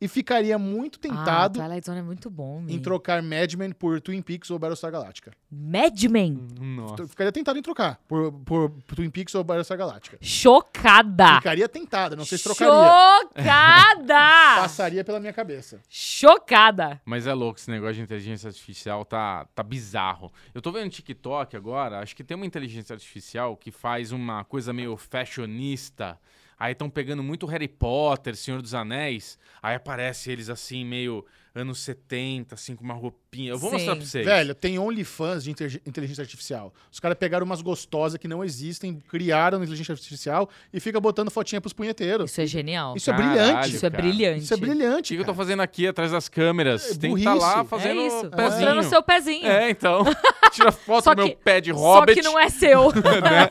Speaker 1: e ficaria muito tentado
Speaker 3: Ah, Twilight Zone é muito bom,
Speaker 1: em
Speaker 3: menino.
Speaker 1: trocar Mad Men por Twin Peaks ou Battlestar Galactica.
Speaker 3: Mad
Speaker 1: Hum.
Speaker 3: Men.
Speaker 2: Nossa.
Speaker 1: Eu Ficaria tentado em trocar por, por Twin Peaks ou Battlestar Galactica.
Speaker 3: Chocada.
Speaker 1: Ficaria tentado, não sei se trocaria.
Speaker 3: Chocada.
Speaker 1: Passaria pela minha cabeça.
Speaker 3: Chocada.
Speaker 2: Mas é louco, esse negócio de inteligência artificial tá, tá bizarro. Eu tô vendo no TikTok agora, acho que tem uma inteligência artificial que faz uma coisa meio fashionista. Aí estão pegando muito Harry Potter, Senhor dos Anéis. Aí aparece eles assim, meio anos 70, assim, com uma roupinha. Eu vou
Speaker 3: Sim.
Speaker 2: mostrar pra vocês.
Speaker 1: Velho, tem OnlyFans de inter- inteligência artificial. Os caras pegaram umas gostosas que não existem, criaram inteligência artificial e fica botando fotinha pros punheteiros.
Speaker 3: Isso é genial.
Speaker 1: Isso é
Speaker 2: Caralho,
Speaker 1: brilhante.
Speaker 3: Isso é
Speaker 2: cara.
Speaker 3: brilhante.
Speaker 1: Isso é
Speaker 2: O
Speaker 1: brilhante.
Speaker 2: que, que eu tô
Speaker 1: cara.
Speaker 2: fazendo aqui atrás das câmeras?
Speaker 1: É
Speaker 2: Tem que estar lá
Speaker 1: burrice.
Speaker 2: fazendo
Speaker 3: é isso.
Speaker 2: pezinho.
Speaker 3: Mostrando o seu pezinho.
Speaker 2: É, então. Tira foto
Speaker 3: Só
Speaker 2: do meu
Speaker 3: que-
Speaker 2: pé de
Speaker 3: Só
Speaker 2: hobbit.
Speaker 3: que não é seu.
Speaker 1: Né?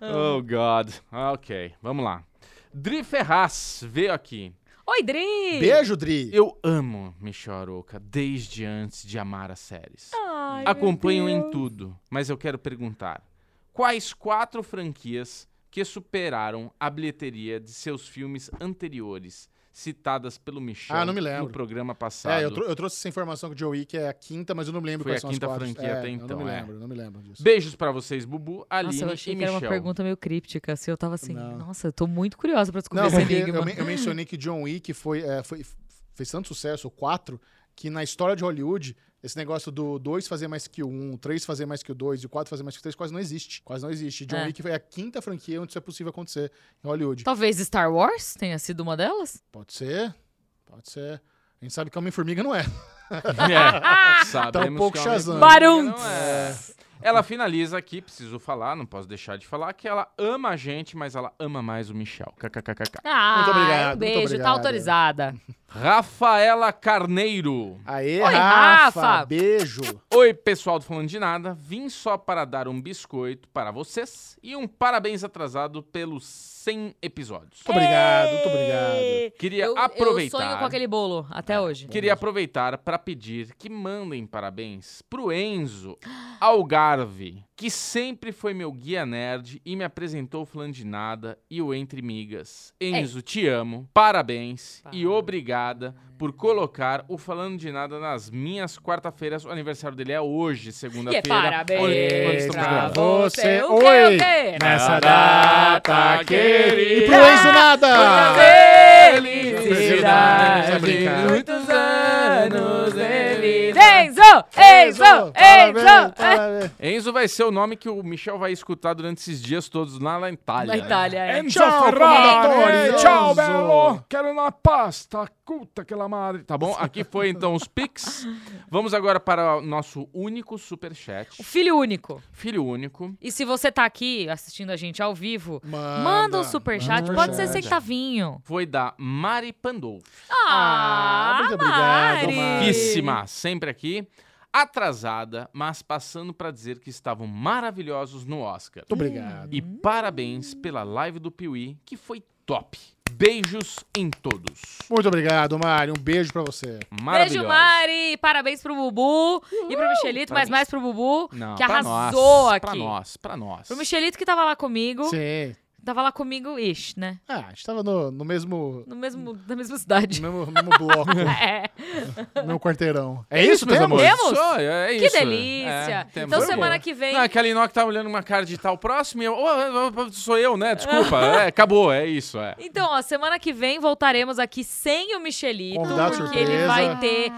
Speaker 2: Oh, God. Ok, vamos lá. Dri Ferraz veio aqui.
Speaker 3: Oi, Dri.
Speaker 1: Beijo, Dri.
Speaker 2: Eu amo Michoroca desde antes de amar as séries.
Speaker 3: Ai, meu
Speaker 2: Acompanho em
Speaker 3: Deus.
Speaker 2: tudo, mas eu quero perguntar: quais quatro franquias que superaram a bilheteria de seus filmes anteriores, citadas pelo Michel
Speaker 1: Ah, não me lembro.
Speaker 2: no programa passado?
Speaker 1: É, eu, trou- eu trouxe essa informação com o Joey, que é a quinta, mas eu não lembro
Speaker 2: Foi
Speaker 1: quais
Speaker 2: a
Speaker 1: são as
Speaker 2: quinta
Speaker 1: quatro.
Speaker 2: franquia
Speaker 1: É,
Speaker 2: até
Speaker 1: Eu
Speaker 2: então,
Speaker 1: não me
Speaker 2: é.
Speaker 1: lembro, eu não me lembro disso.
Speaker 2: Beijos pra vocês, Bubu, Aline
Speaker 3: Nossa, eu achei
Speaker 2: e
Speaker 3: que era
Speaker 2: Michel.
Speaker 3: uma pergunta meio críptica, assim, eu tava assim,
Speaker 1: Não.
Speaker 3: nossa, eu tô muito curiosa pra descobrir
Speaker 1: não,
Speaker 3: esse
Speaker 1: porque eu,
Speaker 3: enigma.
Speaker 1: men- eu mencionei que John Wick foi, é, foi- fez tanto sucesso, o 4, que na história de Hollywood, esse negócio do 2 fazer mais que o 1, 3 fazer mais que o 2 e o 4 fazer mais que o 3 quase não existe. Quase não existe. John
Speaker 3: É.
Speaker 1: Wick foi a quinta franquia onde isso é possível acontecer em Hollywood.
Speaker 3: Talvez Star Wars tenha sido uma delas?
Speaker 1: Pode ser, pode ser. A gente sabe que Homem-Formiga não é.
Speaker 2: É, sabemos
Speaker 1: Tá um pouco
Speaker 2: que é uma
Speaker 1: Shazam.
Speaker 2: menina,
Speaker 3: Baruntes.
Speaker 2: não é. Ela finaliza aqui, preciso falar, não posso deixar de falar, que ela ama a gente, mas ela ama mais o Michel. KKKKK.
Speaker 3: Ah,
Speaker 1: obrigado,
Speaker 3: um
Speaker 1: muito
Speaker 3: beijo, tá
Speaker 1: obrigado.
Speaker 3: autorizada.
Speaker 2: Rafaela Carneiro.
Speaker 1: Aê,
Speaker 3: Oi,
Speaker 1: Rafa,
Speaker 3: Rafa.
Speaker 1: beijo.
Speaker 2: Oi, pessoal do Falando de Nada. Vim só para dar um biscoito para vocês e um parabéns atrasado pelos 100 episódios.
Speaker 1: Muito obrigado, muito obrigado.
Speaker 2: Queria
Speaker 3: eu,
Speaker 2: aproveitar. É.
Speaker 3: Eu sonho com aquele bolo até hoje.
Speaker 2: Queria aproveitar para pedir que mandem parabéns pro Enzo Algarve, que sempre foi meu guia nerd e me apresentou o Falando de Nada e o Entre Migas. Enzo, te amo, parabéns e obrigada por colocar o Falando de Nada nas minhas quarta-feiras. O aniversário dele é hoje,
Speaker 3: E é
Speaker 2: segunda-feira.
Speaker 3: parabéns
Speaker 2: Olha, quando estamos
Speaker 1: pra
Speaker 2: gravando.
Speaker 1: você,
Speaker 3: o quê, o
Speaker 1: oi.
Speaker 3: quê?
Speaker 1: É Nessa
Speaker 2: data querida.
Speaker 1: E pro Enzo é nada!
Speaker 3: Felicidade,
Speaker 1: Sabe brincar.
Speaker 3: muitos anos, feliz. Enzo! Enzo!
Speaker 1: é.
Speaker 3: Ah, Enzo!
Speaker 1: parabéns.
Speaker 2: Enzo vai ser o nome que o Michel vai escutar durante esses dias todos lá na Itália.
Speaker 3: Na Itália, é.
Speaker 2: Enzo
Speaker 1: Ciao,
Speaker 2: Ferrari!
Speaker 1: Ferrari!
Speaker 2: Ciao,
Speaker 1: Enzo!
Speaker 2: bello! Quero uma pasta! Cuta que la madre! Tá bom? Aqui foi então os Pix. Vamos agora para o nosso único superchat.
Speaker 3: O filho único.
Speaker 2: Filho único.
Speaker 3: E se você tá aqui assistindo a gente ao vivo,
Speaker 1: Manda,
Speaker 3: manda, um superchat.
Speaker 1: manda um
Speaker 3: pode ser
Speaker 1: superchat.
Speaker 3: centavinho.
Speaker 2: Foi da Mari Pandolfo.
Speaker 1: Ah,
Speaker 3: Ah,
Speaker 1: muito obrigado,
Speaker 3: Mari.
Speaker 1: Mari.
Speaker 2: Físsima, sempre aqui. Atrasada, mas passando para dizer que estavam maravilhosos no Oscar.
Speaker 1: Muito obrigado.
Speaker 2: E parabéns pela live do Piuí, que foi top. Beijos em todos.
Speaker 1: Muito obrigado, Mário. Um beijo pra você.
Speaker 3: Beijo,
Speaker 2: Maravilhosos.
Speaker 3: Mari! Parabéns pro Bubu e pro Michelito, mas
Speaker 2: Parabéns.
Speaker 3: mais pro Bubu,
Speaker 2: Não,
Speaker 3: que
Speaker 2: pra
Speaker 3: arrasou
Speaker 2: nós,
Speaker 3: aqui.
Speaker 2: Pra nós, pra nós.
Speaker 3: Pro Michelito que tava lá comigo.
Speaker 1: Sim.
Speaker 3: Tava lá comigo, ish, né?
Speaker 1: Ah, a gente tava no, no mesmo,
Speaker 3: No mesmo, na mesma
Speaker 1: no
Speaker 3: cidade.
Speaker 1: mesmo, no mesmo bloco,
Speaker 3: É.
Speaker 1: no mesmo quarteirão. É isso,
Speaker 2: meus
Speaker 1: mesmo?
Speaker 2: amores.
Speaker 3: Temos?
Speaker 2: Isso, é, é
Speaker 3: Que
Speaker 2: isso.
Speaker 3: delícia.
Speaker 2: É, temos.
Speaker 3: então
Speaker 2: Foi
Speaker 3: semana
Speaker 2: bom.
Speaker 3: que vem.
Speaker 2: Não, aquela Inó que tá olhando uma cara de tal próximo e eu. "Oh, oh, oh, sou eu, né? Desculpa. é, acabou, é isso. É.
Speaker 3: Então, ó, semana que vem voltaremos aqui sem o Michelito,
Speaker 1: Convidado
Speaker 3: porque
Speaker 1: surpresa.
Speaker 3: ele vai ter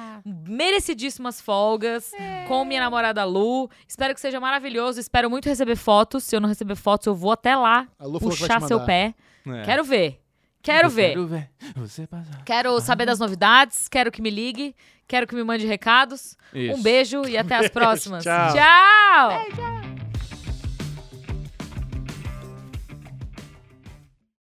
Speaker 3: merecidíssimas folgas com minha namorada Lu. Espero que seja maravilhoso, espero muito receber fotos. Se eu não receber fotos, eu vou até lá
Speaker 1: A Lu falou que vai te
Speaker 3: puxar seu
Speaker 1: mandar.
Speaker 3: pé.
Speaker 2: É.
Speaker 3: Quero ver. Quero
Speaker 2: Eu
Speaker 3: ver.
Speaker 2: Quero ver. Você passar.
Speaker 3: Quero saber das novidades, quero que me ligue, quero que me mande recados.
Speaker 2: Isso.
Speaker 3: Um beijo e até as próximas.
Speaker 1: Tchau.
Speaker 3: Tchau.